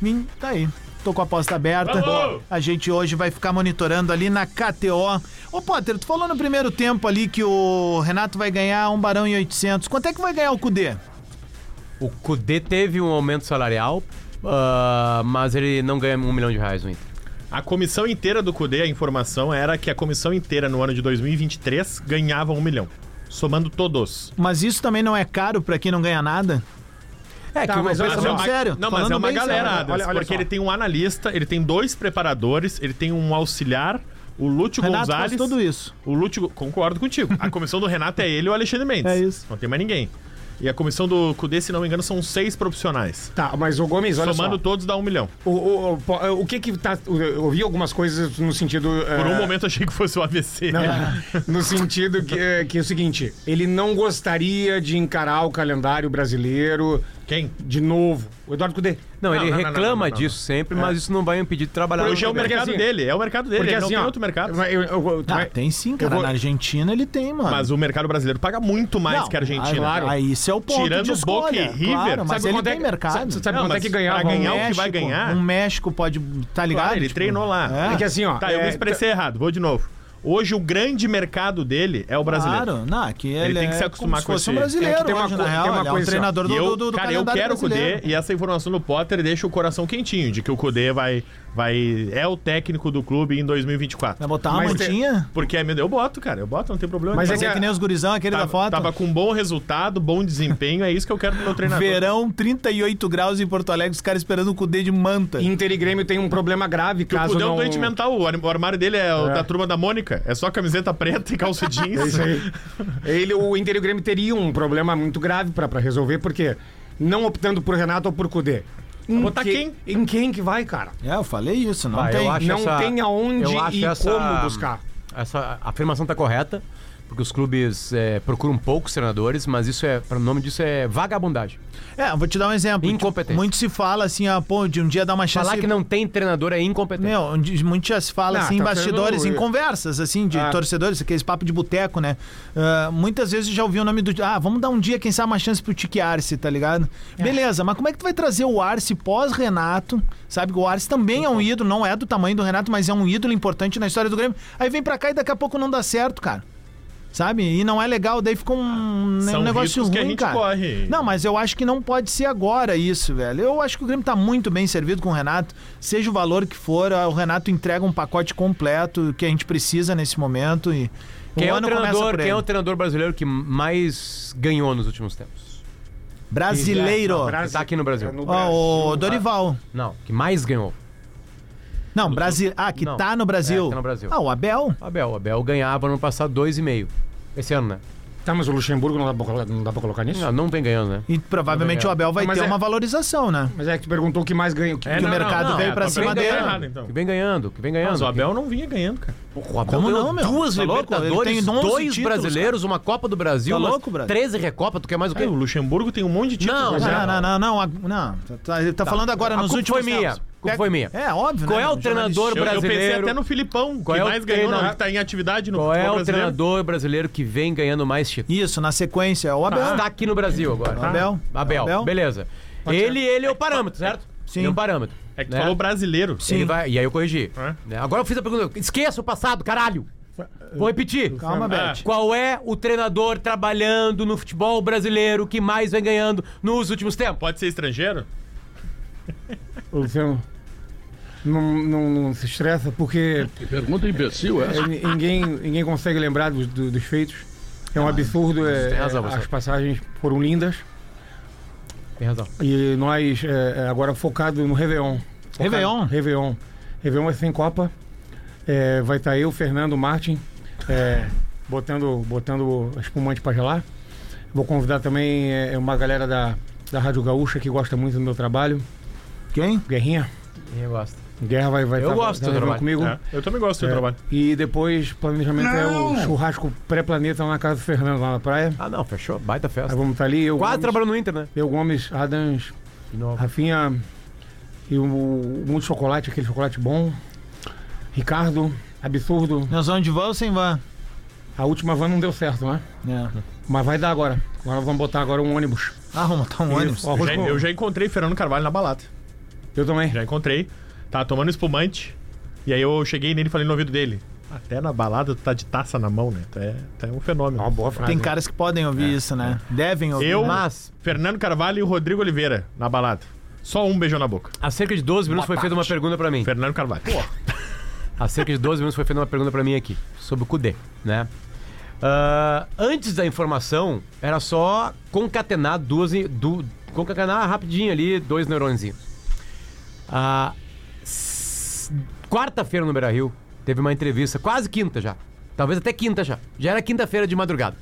Speaker 1: Vim, tá aí. Tô com a aposta aberta.
Speaker 2: Vamos!
Speaker 1: A gente hoje vai ficar monitorando ali na KTO. Ô, Potter, tu falou no primeiro tempo ali que o Renato vai ganhar um barão e 800. Quanto é que vai ganhar o Cudê?
Speaker 3: O Kudê teve um aumento salarial, ah, mas ele não ganha um milhão de reais no Inter.
Speaker 2: A comissão inteira do CUDE, a informação era que a comissão inteira no ano de 2023 ganhava um milhão. Somando todos.
Speaker 1: Mas isso também não é caro pra quem não ganha nada?
Speaker 3: É,
Speaker 4: Tá,
Speaker 3: que o
Speaker 4: mas
Speaker 3: meu
Speaker 4: olha
Speaker 2: Mas
Speaker 4: só.
Speaker 2: é
Speaker 1: Falando
Speaker 2: uma-
Speaker 1: sério,
Speaker 2: Não, mas
Speaker 1: falando
Speaker 2: é uma
Speaker 1: bem sério.
Speaker 2: galera, Adams,
Speaker 4: Olha- olha
Speaker 2: porque
Speaker 4: só.
Speaker 2: ele tem um analista, ele tem dois preparadores, ele tem um auxiliar, o Lúcio
Speaker 1: Renato
Speaker 2: Gonzalez.
Speaker 1: faz tudo isso.
Speaker 2: O Lúcio, concordo contigo. A comissão do Renato é ele e o Alexandre Mendes.
Speaker 1: É isso.
Speaker 2: Não tem mais ninguém. E a comissão do CUDE, se não me engano, são seis profissionais.
Speaker 4: Tá, mas o Gomes, olha
Speaker 2: Somando
Speaker 4: só.
Speaker 2: todos dá um milhão.
Speaker 4: O, o, o, po- o que que tá... Eu ouvi algumas coisas no sentido... eh,
Speaker 2: Por um momento achei que fosse o AVC.
Speaker 4: No sentido que, que é o seguinte, ele não gostaria de encarar o calendário brasileiro
Speaker 2: Quem?
Speaker 4: de novo. O Eduardo Cudê.
Speaker 3: Não,
Speaker 2: Não, não,
Speaker 3: ele
Speaker 2: não,
Speaker 3: reclama
Speaker 2: não, não, não.
Speaker 3: disso sempre, mas isso não vai impedir de trabalhar.
Speaker 2: Hoje é o
Speaker 3: no-
Speaker 2: mercado
Speaker 4: assim-
Speaker 2: dele, é o mercado dele,
Speaker 4: Porque
Speaker 2: ele não
Speaker 4: assim,
Speaker 2: tem
Speaker 4: ó,
Speaker 2: outro mercado.
Speaker 4: vai- eu- eu-
Speaker 1: Ah,
Speaker 3: Tá,
Speaker 4: eu- vai-
Speaker 1: tem sim,
Speaker 4: eu
Speaker 1: cara.
Speaker 4: vou-
Speaker 1: Na Argentina ele tem, mano.
Speaker 2: é? Mas o mercado brasileiro paga muito mais que a Argentina.
Speaker 1: Claro. Aí isso é o ponto
Speaker 2: Tirando
Speaker 1: de
Speaker 2: Boca e
Speaker 1: escolha.
Speaker 2: River,
Speaker 1: claro, mas
Speaker 4: sabe
Speaker 1: ele
Speaker 4: quanto é
Speaker 1: tem
Speaker 4: que-
Speaker 1: mercado.
Speaker 4: sabe- sabe
Speaker 2: Não,
Speaker 4: quanto é
Speaker 2: mas
Speaker 4: que ganhava
Speaker 2: pra ganhar
Speaker 4: um-
Speaker 2: o que vai
Speaker 1: México,
Speaker 2: ganhar?
Speaker 1: Um México pode, tá ligado?
Speaker 2: Claro, ele treinou lá.
Speaker 1: É.
Speaker 4: É que assim, ó...
Speaker 2: Tá, eu me
Speaker 4: é,
Speaker 2: expressei errado, vou de novo. Hoje o grande mercado dele é o brasileiro.
Speaker 1: Claro, não, que ele,
Speaker 2: tem
Speaker 1: é
Speaker 2: que se acostumar
Speaker 1: como
Speaker 2: com
Speaker 1: se fosse um
Speaker 2: esse-
Speaker 1: brasileiro
Speaker 4: É que tem uma
Speaker 1: hoje,
Speaker 4: co-
Speaker 1: na real,
Speaker 4: tem uma
Speaker 1: ele é um
Speaker 4: coisa, ó.
Speaker 1: treinador
Speaker 2: E
Speaker 1: do, do,
Speaker 2: eu,
Speaker 1: do
Speaker 2: cara, eu
Speaker 1: calendário
Speaker 2: quero o
Speaker 1: brasileiro.
Speaker 2: Kudê e essa informação do Potter deixa o coração quentinho de que o Kudê vai, vai, é o técnico do clube em 2024.
Speaker 1: Vai botar uma
Speaker 4: Mas tem-
Speaker 1: mantinha?
Speaker 2: Porque é meu, eu boto, cara, eu boto, não tem problema.
Speaker 4: Mas
Speaker 1: Mas
Speaker 4: é
Speaker 1: é que,
Speaker 4: que-
Speaker 1: nem os gurizão, aquele
Speaker 2: tava,
Speaker 1: da foto.
Speaker 2: tava com bom resultado, bom desempenho, é isso que eu quero do meu treinador.
Speaker 1: Verão, 38 graus em Porto Alegre, os caras esperando o Cudê de manta.
Speaker 4: Inter e Grêmio tem um problema grave,
Speaker 2: Que o
Speaker 4: caso
Speaker 2: Kudê é um
Speaker 4: não...
Speaker 2: doente mental, o ar- o armário dele é o da turma da Mônica, é só camiseta preta
Speaker 1: [LAUGHS]
Speaker 2: e calça jeans.
Speaker 4: É isso aí. Ele, o Inter e o Grêmio teriam um problema muito grave pra pra resolver, porque não optando por Renato ou por Cudê. Em
Speaker 2: Tá botar
Speaker 4: Em quem que vai, cara?
Speaker 1: É, eu falei isso, não
Speaker 3: Ah, eu
Speaker 1: tem.
Speaker 3: acho
Speaker 4: não
Speaker 3: essa-
Speaker 4: tem aonde
Speaker 3: eu acho
Speaker 4: e
Speaker 3: essa-
Speaker 4: como buscar.
Speaker 3: Essa afirmação está correta, porque os clubes eh, procuram poucos treinadores, mas isso é, para o nome disso é vagabundagem.
Speaker 1: É, eu vou te dar um exemplo.
Speaker 3: Incompetência.
Speaker 1: Muito se fala assim, ah, pô, de um dia dar uma chance.
Speaker 3: Falar que não tem treinador é incompetente.
Speaker 1: Meu, onde muito já se fala
Speaker 4: Ah,
Speaker 1: assim, em
Speaker 4: tá
Speaker 1: bastidores,
Speaker 4: sendo-
Speaker 1: em conversas, assim, de
Speaker 4: Ah.
Speaker 1: torcedores, aqueles papo de boteco, né? Ah, muitas vezes já ouvi o nome do. Ah, vamos dar um dia, quem sabe, uma chance pro Tique Arce, tá ligado? Beleza, mas como é que tu vai trazer o Arce pós-Renato? Sabe que o Arce também é um ídolo, não é do tamanho do Renato, mas é um ídolo importante na história do Grêmio. Aí vem pra cá e daqui a pouco não dá certo, cara. Sabe? E não é legal, daí fica um,
Speaker 2: São
Speaker 1: um negócio
Speaker 2: riscos
Speaker 1: ruim,
Speaker 2: que a gente
Speaker 1: cara.
Speaker 2: corre.
Speaker 1: Não, mas eu acho que não pode ser agora isso, velho. Eu acho que o Grêmio tá muito bem servido com o Renato. Seja o valor que for, o Renato entrega um pacote completo que a gente precisa nesse momento e
Speaker 3: Quem,
Speaker 1: o
Speaker 3: é o,
Speaker 1: um ano começa
Speaker 3: treinador,
Speaker 1: por
Speaker 3: quem
Speaker 1: ele.
Speaker 3: é o treinador brasileiro que mais ganhou nos últimos tempos?
Speaker 1: Brasileiro.
Speaker 4: Não, Brasil-
Speaker 3: Tá aqui no Brasil.
Speaker 4: É no Brasil.
Speaker 1: Ó, o Dorival.
Speaker 3: Não, que mais ganhou.
Speaker 1: Não, Brasil. Ah, que
Speaker 3: Não.
Speaker 1: tá no Brasil.
Speaker 3: É, tá no Brasil.
Speaker 1: Ah, o Abel.
Speaker 3: Abel, Abel ganhava no passado 2,5. Esse ano, né?
Speaker 4: Tá, mas o Luxemburgo não dá pra, colo- não dá pra colocar nisso?
Speaker 3: Não, não vem ganhando, né?
Speaker 1: E provavelmente
Speaker 3: Não,
Speaker 1: o Abel vai
Speaker 4: Mas
Speaker 1: ter
Speaker 4: é-
Speaker 1: uma valorização, né?
Speaker 4: Mas é que tu perguntou o que mais ganha. O que,
Speaker 2: É,
Speaker 4: que
Speaker 2: não,
Speaker 4: o
Speaker 1: o
Speaker 4: mercado...
Speaker 1: mercado
Speaker 2: não,
Speaker 1: veio
Speaker 2: é,
Speaker 1: pra
Speaker 2: tá
Speaker 1: cima
Speaker 2: bem
Speaker 1: dele.
Speaker 2: errado, então.
Speaker 3: Que vem ganhando, que vem ganhando.
Speaker 2: Mas o Abel não vinha ganhando, cara.
Speaker 3: O Abel
Speaker 1: Como
Speaker 3: ganhou
Speaker 1: não, meu?
Speaker 3: duas
Speaker 1: Tá louco? Ele
Speaker 3: Libertadores,
Speaker 1: tem 11
Speaker 3: dois
Speaker 1: títulos,
Speaker 3: brasileiros, uma Copa do Brasil,
Speaker 1: Tá
Speaker 3: umas
Speaker 1: louco, brother? Tá
Speaker 3: 13 Recopa, tu quer mais o quê?
Speaker 2: O Luxemburgo tem um monte de títulos.
Speaker 3: Não,
Speaker 2: né?
Speaker 3: já-
Speaker 1: Não, não, não, não. a- Não. Tá, tá- ele tá falando agora
Speaker 3: é. A
Speaker 1: nos
Speaker 3: culpa
Speaker 1: últimos
Speaker 3: foi minha.
Speaker 1: tempos.
Speaker 3: A culpa foi minha.
Speaker 1: É, óbvio.
Speaker 3: Qual
Speaker 1: né,
Speaker 3: é
Speaker 1: jornalista?
Speaker 3: o treinador
Speaker 2: Eu, eu pensei
Speaker 3: brasileiro?
Speaker 2: até no Filipão,
Speaker 3: Qual
Speaker 2: que
Speaker 3: é o
Speaker 2: mais ganhou,
Speaker 3: treinador?
Speaker 2: na, que tá em atividade no
Speaker 3: Qual é
Speaker 2: futebol
Speaker 3: o
Speaker 2: brasileiro.
Speaker 3: treinador brasileiro que vem ganhando mais títulos?
Speaker 1: Isso, na sequência, é o Abel.
Speaker 3: Está aqui no Brasil agora.
Speaker 1: Abel.
Speaker 3: Abel,
Speaker 1: Abel.
Speaker 3: beleza. Ele, ele é o parâmetro, certo?
Speaker 1: Sim.
Speaker 3: Ele é um parâmetro.
Speaker 2: É que tu
Speaker 3: né?
Speaker 2: falou brasileiro.
Speaker 3: Ele vai- e aí eu corrigi.
Speaker 2: É.
Speaker 3: né? Agora eu fiz a pergunta. Esqueça o passado, caralho. Vou repetir.
Speaker 1: Calma,
Speaker 2: Ah.
Speaker 1: Beth.
Speaker 3: Qual é o treinador trabalhando no futebol brasileiro que mais vem ganhando nos últimos tempos?
Speaker 2: Pode ser estrangeiro?
Speaker 4: O Luxemburgo Não, não, não se estressa, porque
Speaker 8: Pergunta imbecil essa.
Speaker 4: é, ninguém, ninguém consegue lembrar dos, do- dos feitos. É um absurdo. é,
Speaker 3: tem razão,
Speaker 4: é,
Speaker 3: você.
Speaker 4: as passagens foram lindas.
Speaker 3: Tem razão.
Speaker 4: E nós, é, é, agora focado no Réveillon. Focado-
Speaker 1: Réveillon?
Speaker 4: Réveillon. Réveillon é sem Copa. É, vai estar eu, Fernando, Martin, é, botando, botando espumante para gelar. Vou convidar também é, uma galera da, da Rádio Gaúcha que gosta muito do meu trabalho.
Speaker 1: Quem?
Speaker 4: Guerrinha.
Speaker 3: Eu gosto.
Speaker 4: Guerra vai vai
Speaker 3: Eu
Speaker 4: tá-
Speaker 3: gosto
Speaker 4: tá
Speaker 3: do
Speaker 4: trabalhando
Speaker 3: trabalho.
Speaker 4: comigo.
Speaker 2: É, eu também gosto do
Speaker 4: É.
Speaker 2: seu trabalho.
Speaker 4: E depois, planejamento é o churrasco pré-planeta lá na casa do Fernando, lá na praia.
Speaker 3: Ah, não, fechou. Baita
Speaker 4: Aí
Speaker 3: festa.
Speaker 4: vamos estar ali. Eu,
Speaker 3: Quase
Speaker 4: Gomes,
Speaker 3: trabalhou no Inter, né?
Speaker 4: eu, Gomes, Adams,
Speaker 3: De novo.
Speaker 4: Rafinha e o, o muito chocolate, aquele chocolate bom. Ricardo, absurdo.
Speaker 1: Nós vamos de van ou sem van?
Speaker 4: A última van não deu certo, né?
Speaker 1: É.
Speaker 4: Mas vai dar agora. Agora vamos botar agora um ônibus.
Speaker 1: Arruma, tá um ônibus.
Speaker 4: O arroz
Speaker 2: Já-
Speaker 4: com-
Speaker 2: eu já encontrei Fernando Carvalho na balada.
Speaker 4: eu também.
Speaker 2: Já encontrei. Tava tomando espumante. E aí eu cheguei nele e falei no ouvido dele. Até na balada tu tá de taça na mão, né? Tu é, tu é um fenômeno.
Speaker 4: Uma boa frase.
Speaker 1: Tem caras que podem ouvir isso, né? Devem ouvir.
Speaker 2: Eu,
Speaker 1: né?
Speaker 3: Mas,
Speaker 2: Fernando Carvalho e o Rodrigo Oliveira na balada. Só um beijão na boca.
Speaker 3: há cerca de 12 minutos foi feita uma pergunta pra mim.
Speaker 2: Fernando Carvalho.
Speaker 3: Há cerca de 12 minutos foi feita uma pergunta pra mim aqui, sobre o Cudê, né? Ah, antes da informação, era só concatenar duas. e- Du, concatenar rapidinho ali, dois neurôniozinhos. Ah, s- Quarta-feira no Beira Rio, teve uma entrevista, quase quinta já. Talvez até quinta já. Já era quinta-feira de madrugada.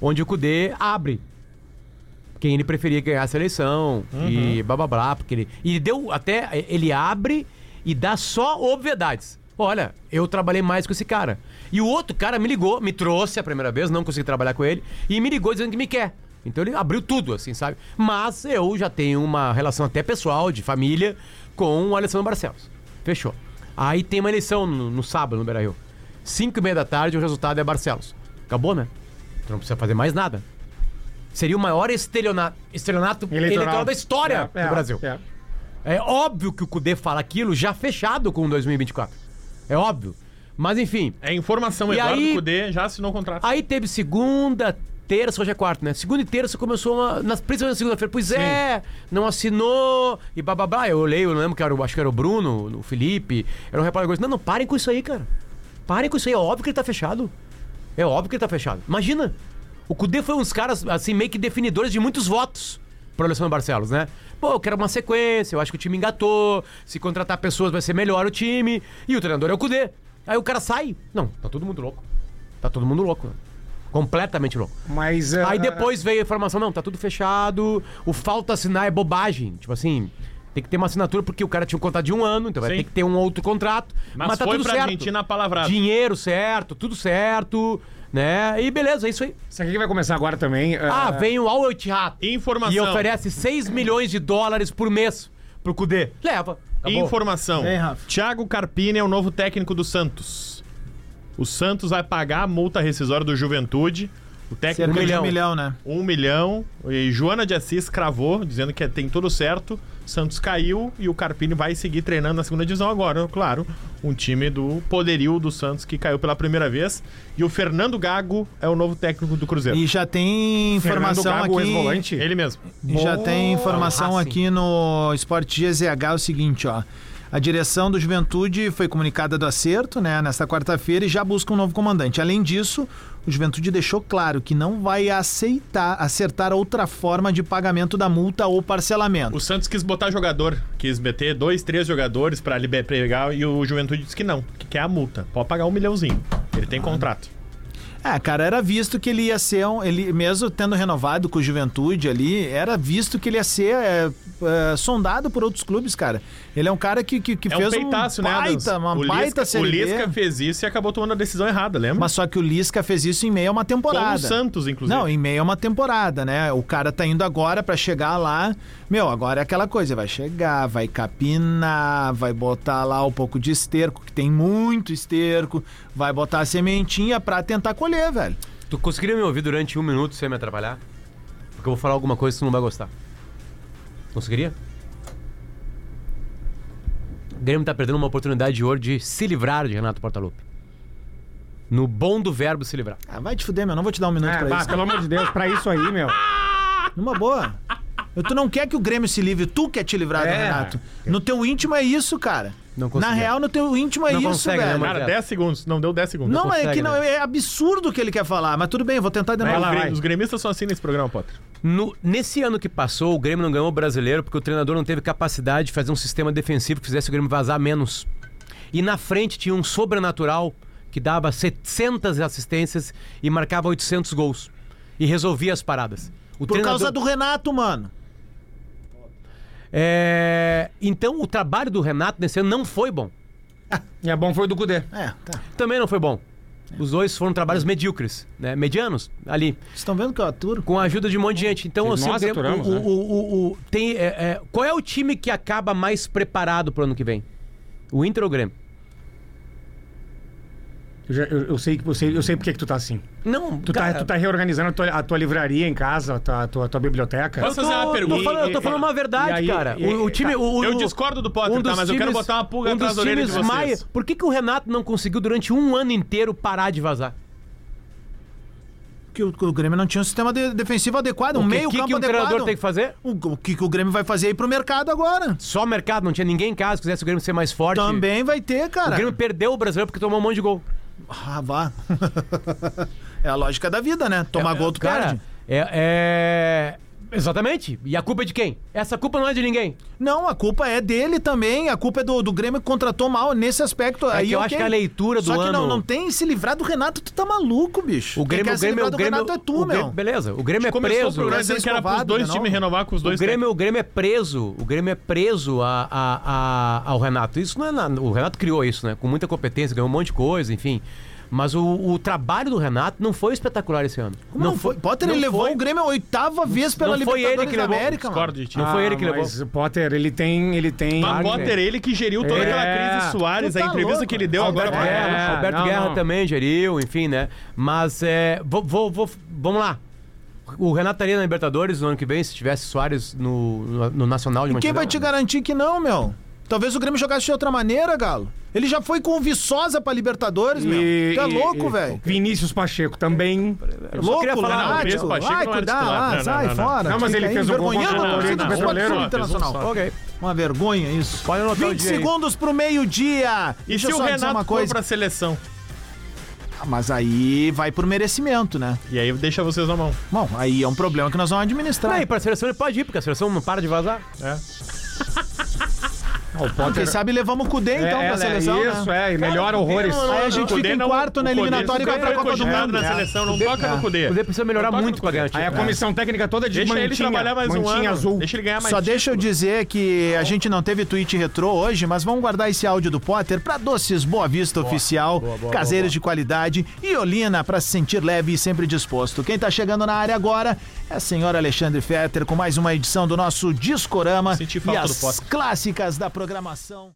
Speaker 3: Onde o Cudê abre quem ele preferia que ganhasse a eleição e blá blá blá, porque ele e ele deu até ele abre e dá só obviedades. Olha, eu trabalhei mais com esse cara. E o outro cara me ligou, me trouxe a primeira vez, não consegui trabalhar com ele e me ligou dizendo que me quer. Então ele abriu tudo, assim, sabe? Mas eu já tenho uma relação até pessoal, de família, com o Alessandro Barcelos. Fechou. Aí tem uma eleição no, no sábado no Beira Rio. 5 e meia da tarde, o resultado é Barcelos. Acabou, né? Tu não precisa fazer mais nada. Seria o maior estelionato, estelionato eleitoral. da história
Speaker 4: É,
Speaker 3: do
Speaker 4: é,
Speaker 3: Brasil.
Speaker 4: é.
Speaker 3: É óbvio que o Cudê fala aquilo já fechado com 2024. É óbvio. Mas enfim,
Speaker 2: É informação,
Speaker 3: E
Speaker 2: Eduardo
Speaker 3: aí-
Speaker 2: Cudê já assinou o contrato.
Speaker 3: aí teve segunda, terça, hoje é quarta, né? Segunda e terça começou uma. Nas, principalmente na segunda-feira, pois é, não assinou e bababá. Eu olhei, eu lembro que era, o- acho que era o Bruno, o Felipe, era um repórter. Não, não, parem com isso aí, cara. Parem com isso aí, é óbvio que ele tá fechado. É óbvio que ele tá fechado. Imagina! O Cudê foi uns caras, assim, meio que definidores de muitos votos pro Alessandro Barcelos, né? Pô, eu quero uma sequência, eu acho que o time engatou, se contratar pessoas vai ser melhor o time, e o treinador é o Cudê. Aí o cara sai. Não, tá todo mundo louco. Tá todo mundo louco, né? Completamente louco.
Speaker 4: Mas.
Speaker 3: Aí
Speaker 4: ah,
Speaker 3: depois veio a informação, não, tá tudo fechado, o falta assinar é bobagem. Tipo assim, tem que ter uma assinatura porque o cara tinha um contrato de um ano, então vai
Speaker 2: Sim.
Speaker 3: ter que ter um outro contrato.
Speaker 2: Mas,
Speaker 3: Mas, tá
Speaker 2: foi
Speaker 3: tudo
Speaker 2: pra
Speaker 3: certo.
Speaker 2: Argentina palavrado.
Speaker 3: Dinheiro certo, tudo certo, né? E beleza, é isso aí.
Speaker 4: Sabe o que vai começar agora também?
Speaker 3: Ah, vem o Al Ittihad
Speaker 2: Informação.
Speaker 3: e oferece 6 milhões de dólares por mês pro Cudê. Leva. Acabou.
Speaker 2: Informação.
Speaker 1: Vem, Rafa.
Speaker 2: Thiago Carpini é o novo técnico do Santos. O Santos vai pagar a multa rescisória do Juventude. O técnico
Speaker 1: Cerca de
Speaker 3: milhão.
Speaker 1: um milhão, né?
Speaker 2: um milhão. E Joana de Assis cravou, dizendo que tem tudo certo. Santos caiu e o Carpini vai seguir treinando na segunda divisão agora, claro. Um time do poderio do Santos que caiu pela primeira vez. E o Fernando Gago é o novo técnico do Cruzeiro.
Speaker 1: E já tem
Speaker 4: Fernando
Speaker 1: informação
Speaker 4: Gago,
Speaker 1: aqui.
Speaker 4: ex-volante.
Speaker 2: Ele mesmo.
Speaker 1: Já tem informação
Speaker 3: Racing.
Speaker 1: aqui no Esporte GZH é o seguinte, ó. A direção do Juventude foi comunicada do acerto, né, nesta quarta-feira e já busca um novo comandante. Além disso, o Juventude deixou claro que não vai aceitar acertar outra forma de pagamento da multa ou parcelamento.
Speaker 2: O Santos quis botar jogador, quis meter dois, três jogadores pra liberar pegar e o Juventude disse que não, que quer a multa. Pode pagar um milhãozinho. Ele tem contrato.
Speaker 1: É, cara, era visto que ele ia ser um, ele mesmo tendo renovado com o Juventude ali, era visto que ele ia ser é, é, sondado por outros clubes, cara. Ele é um cara que, que, que
Speaker 2: É um
Speaker 1: fez
Speaker 2: peitaço,
Speaker 1: um
Speaker 2: né, Adams?
Speaker 1: baita, uma
Speaker 2: o
Speaker 1: baita
Speaker 2: Lisca, o
Speaker 1: Série B.
Speaker 2: Lisca fez isso e acabou tomando a decisão errada, lembra?
Speaker 1: Mas só que o Lisca fez isso em meio a uma
Speaker 2: Como
Speaker 1: temporada.
Speaker 2: o Santos, né? inclusive.
Speaker 1: Não, em meio a uma temporada, né? O cara tá indo agora pra chegar lá. Meu, agora é aquela coisa, vai chegar, vai capinar, vai botar lá um pouco de esterco, que tem muito esterco, vai botar a sementinha pra tentar colher, velho.
Speaker 3: Tu conseguiria me ouvir durante um minuto sem me atrapalhar? Porque eu vou falar alguma coisa que tu não vai gostar. Conseguiria? O Grêmio tá perdendo uma oportunidade de ouro de se livrar de Renato Portaluppi. No bom do verbo se livrar.
Speaker 1: Ah, vai te fuder, meu, não vou te dar um minuto
Speaker 4: É,
Speaker 1: pra
Speaker 4: bah,
Speaker 1: isso.
Speaker 4: pelo amor de Deus, pra isso aí, meu.
Speaker 1: Numa boa. Eu- Tu não quer que o Grêmio se livre, tu quer te livrar do
Speaker 4: É.
Speaker 1: Renato. No teu íntimo é isso, cara.
Speaker 3: Não
Speaker 1: Na
Speaker 3: conseguiu.
Speaker 1: real, no teu íntimo é
Speaker 3: Não
Speaker 1: isso,
Speaker 3: consegue, né,
Speaker 1: velho.
Speaker 3: mano?
Speaker 2: Cara,
Speaker 3: Mas é.
Speaker 2: 10 segundos. Não deu 10 segundos.
Speaker 1: Não, mas é
Speaker 3: consegue,
Speaker 1: que não,
Speaker 3: né?
Speaker 1: é absurdo o que ele quer falar, mas tudo bem, eu vou tentar
Speaker 2: Mas
Speaker 1: demorar.
Speaker 2: os
Speaker 4: lá,
Speaker 2: gre-
Speaker 4: vai.
Speaker 2: Os gremistas só assinam esse programa, Potter.
Speaker 3: No- nesse ano que passou, o Grêmio não ganhou o brasileiro porque o treinador não teve capacidade de fazer um sistema defensivo que fizesse o Grêmio vazar menos. E na frente tinha um sobrenatural que dava 700 assistências e marcava 800 gols. E resolvia as paradas. O
Speaker 1: Por causa do Renato, mano.
Speaker 3: É, Então o trabalho do Renato nesse ano não foi bom.
Speaker 4: E é bom foi o do Cudê.
Speaker 1: É, tá.
Speaker 3: Também não foi bom. Os dois foram trabalhos medíocres, né? Medianos, ali.
Speaker 1: Vocês estão vendo que eu aturo?
Speaker 3: Com a ajuda de um monte de gente. Então, assim, o
Speaker 5: nós
Speaker 3: Grêmio-
Speaker 5: aturamos,
Speaker 3: o-
Speaker 5: né?
Speaker 3: o- o- o- tem, é, é, qual é o time que acaba mais preparado pro ano que vem? O Inter ou o Grêmio?
Speaker 4: Eu, já- eu- eu sei, que- eu, sei, eu sei porque que tu tá assim.
Speaker 3: Não,
Speaker 4: Tu tá, tu tá reorganizando a tua, a tua livraria em casa, a tua, a tua, a tua biblioteca.
Speaker 2: Posso fazer uma
Speaker 3: Tô
Speaker 2: pergunta?
Speaker 3: falando, eu tô falando uma verdade,
Speaker 4: E aí,
Speaker 3: cara.
Speaker 4: e-
Speaker 3: O, o time. o- o-
Speaker 2: Tá, Eu discordo do Potter, tá?
Speaker 3: dos
Speaker 2: Mas eu quero
Speaker 3: times-
Speaker 2: botar uma pulga
Speaker 3: um
Speaker 2: atrás
Speaker 3: dos
Speaker 2: da orelha de
Speaker 3: times
Speaker 2: vocês.
Speaker 3: mais- Por que, que o Renato não conseguiu durante um ano inteiro parar de vazar?
Speaker 1: Que o, que o Grêmio não tinha um sistema de- defensivo adequado, um
Speaker 3: O que-
Speaker 1: meio
Speaker 3: que,
Speaker 1: campo
Speaker 3: que um treinador
Speaker 1: adequado.
Speaker 3: tem que fazer?
Speaker 1: O, o que, que o Grêmio vai fazer aí pro mercado agora?
Speaker 3: Só mercado, não tinha ninguém em casa que quisesse o Grêmio ser mais forte.
Speaker 1: Também vai ter,
Speaker 3: O
Speaker 1: cara.
Speaker 3: Grêmio perdeu o brasileiro porque tomou um monte de gol.
Speaker 1: Ah, vá. [LAUGHS] é a lógica da vida, né? Tomar gol, tu
Speaker 3: Cara,
Speaker 1: perde.
Speaker 3: é, é- Exatamente. E a culpa é de quem? Essa culpa não é de ninguém.
Speaker 1: Não, a culpa é dele também, a culpa é do, do Grêmio que contratou mal nesse aspecto. aí
Speaker 3: É que eu
Speaker 1: ok.
Speaker 3: acho que a leitura do
Speaker 1: Só que não,
Speaker 3: ano-
Speaker 1: não tem se livrar do Renato, tu tá maluco, bicho.
Speaker 3: O Grêmio,
Speaker 1: Quem quer
Speaker 3: o
Speaker 1: se
Speaker 3: Grêmio,
Speaker 1: livrar
Speaker 3: o
Speaker 1: do
Speaker 3: Grêmio,
Speaker 1: Renato é tu,
Speaker 3: o Grêmio,
Speaker 1: meu.
Speaker 3: Beleza, o Grêmio é
Speaker 2: Começou o
Speaker 3: preso.
Speaker 2: programa
Speaker 1: vai ser
Speaker 2: dizendo que era pros
Speaker 1: escovado,
Speaker 2: dois
Speaker 1: né,
Speaker 2: times
Speaker 1: não?
Speaker 2: renovar com os
Speaker 3: O
Speaker 2: dois
Speaker 3: Grêmio, o Grêmio é preso, o Grêmio é preso a, a- a- ao Renato. Isso não é nada. O Renato criou isso, né? Com muita competência, ganhou um monte de coisa, enfim. Mas o, o trabalho do Renato não foi espectacular esse ano.
Speaker 1: Como não, foi? Potter
Speaker 3: não
Speaker 1: ele levou
Speaker 3: foi-
Speaker 1: o Grêmio a oitava vez pela
Speaker 3: não foi ele
Speaker 1: Libertadores
Speaker 3: que
Speaker 1: da
Speaker 3: levou,
Speaker 1: América, mano.
Speaker 2: Discordo de ti.
Speaker 3: Não foi ele que levou.
Speaker 4: Ah, Mas o Potter, ele tem. Ele tem.
Speaker 2: Mas Potter, ele que geriu toda
Speaker 4: É.
Speaker 2: aquela crise Soares,
Speaker 1: Tu tá
Speaker 2: a entrevista
Speaker 1: louco,
Speaker 2: que ele deu
Speaker 1: Alberto
Speaker 2: agora pra
Speaker 4: Guerra.
Speaker 3: É,
Speaker 4: É,
Speaker 3: Alberto
Speaker 4: não,
Speaker 3: Guerra
Speaker 4: não.
Speaker 3: também geriu, enfim, né? Mas é, vou, vou- vou- vamos lá. O Renato estaria na Libertadores no ano que vem, se tivesse Soares no, no- no Nacional de
Speaker 1: Quem vai te garantir que não, meu? Talvez o Grêmio jogasse de outra maneira, Galo. Ele já foi com o Viçosa pra Libertadores, meu.
Speaker 4: E-
Speaker 1: Tu é
Speaker 4: e-
Speaker 1: louco,
Speaker 4: e-
Speaker 1: velho. Então,
Speaker 4: Vinícius Pacheco também.
Speaker 3: Eu só
Speaker 1: Louco,
Speaker 3: queria falar-
Speaker 2: Não, o
Speaker 1: lunático.
Speaker 2: Pedro Pacheco
Speaker 1: Vai
Speaker 2: não era
Speaker 1: cuidar
Speaker 2: titular. Não,
Speaker 1: lá,
Speaker 2: não,
Speaker 1: sai
Speaker 2: não, não.
Speaker 1: fora.
Speaker 4: Não, mas
Speaker 1: Fica
Speaker 4: ele
Speaker 1: aí
Speaker 4: fez o gol
Speaker 1: envergonhando a
Speaker 4: contra o
Speaker 1: torcida do
Speaker 4: Petroleiro.
Speaker 1: Botafogo
Speaker 4: Fez um
Speaker 1: Internacional.
Speaker 3: Ok.
Speaker 1: Uma vergonha isso.
Speaker 3: Pode anotar o
Speaker 1: 20
Speaker 3: dia aí.
Speaker 1: segundos pro meio-dia.
Speaker 2: E
Speaker 1: Deixa
Speaker 2: se
Speaker 1: eu
Speaker 2: o
Speaker 1: só dizer
Speaker 2: Renato
Speaker 1: uma
Speaker 2: for
Speaker 1: coisa.
Speaker 2: pra seleção?
Speaker 1: Ah, Mas aí vai por merecimento, né?
Speaker 2: E aí deixa vocês na mão.
Speaker 1: Bom, aí é um problema que nós vamos administrar.
Speaker 3: Não, e pra seleção ele pode ir, porque a seleção não para de vazar.
Speaker 4: Ah, o
Speaker 1: Quem
Speaker 4: Potter.
Speaker 1: sabe levamos o Cudê, então,
Speaker 4: é,
Speaker 1: pra
Speaker 4: ela-
Speaker 1: seleção, né?
Speaker 4: isso, é, e melhora horrores.
Speaker 1: Aí a gente
Speaker 2: O Kudê
Speaker 1: fica em
Speaker 2: não-
Speaker 1: quarto na
Speaker 2: o Kudê
Speaker 1: eliminatória e vai pra
Speaker 2: nunca foi
Speaker 1: Copa do
Speaker 2: cogitado
Speaker 1: Mundo.
Speaker 2: na seleção, não toca no Cudê.
Speaker 3: O Cudê precisa melhorar
Speaker 2: Não toca
Speaker 3: muito
Speaker 2: no
Speaker 3: É. pra ganhar o
Speaker 4: Aí a
Speaker 3: título.
Speaker 4: comissão técnica toda de
Speaker 2: É. Deixa ele
Speaker 4: mantinha,
Speaker 2: trabalhar mais um
Speaker 4: mantinha
Speaker 2: ano.
Speaker 4: azul.
Speaker 2: Deixa ele ganhar mais
Speaker 1: Só deixa eu dizer que a gente não teve tweet retrô hoje, mas vamos guardar esse áudio do Potter para Doces Boa Vista Oficial, caseiros de qualidade e Olina para se sentir leve e sempre disposto. Quem tá chegando na área agora é a senhora Alexandre Fetter com mais uma edição do nosso Discorama
Speaker 2: Senti
Speaker 1: e
Speaker 2: falta do
Speaker 1: as
Speaker 2: Potter.
Speaker 1: clássicas da programação.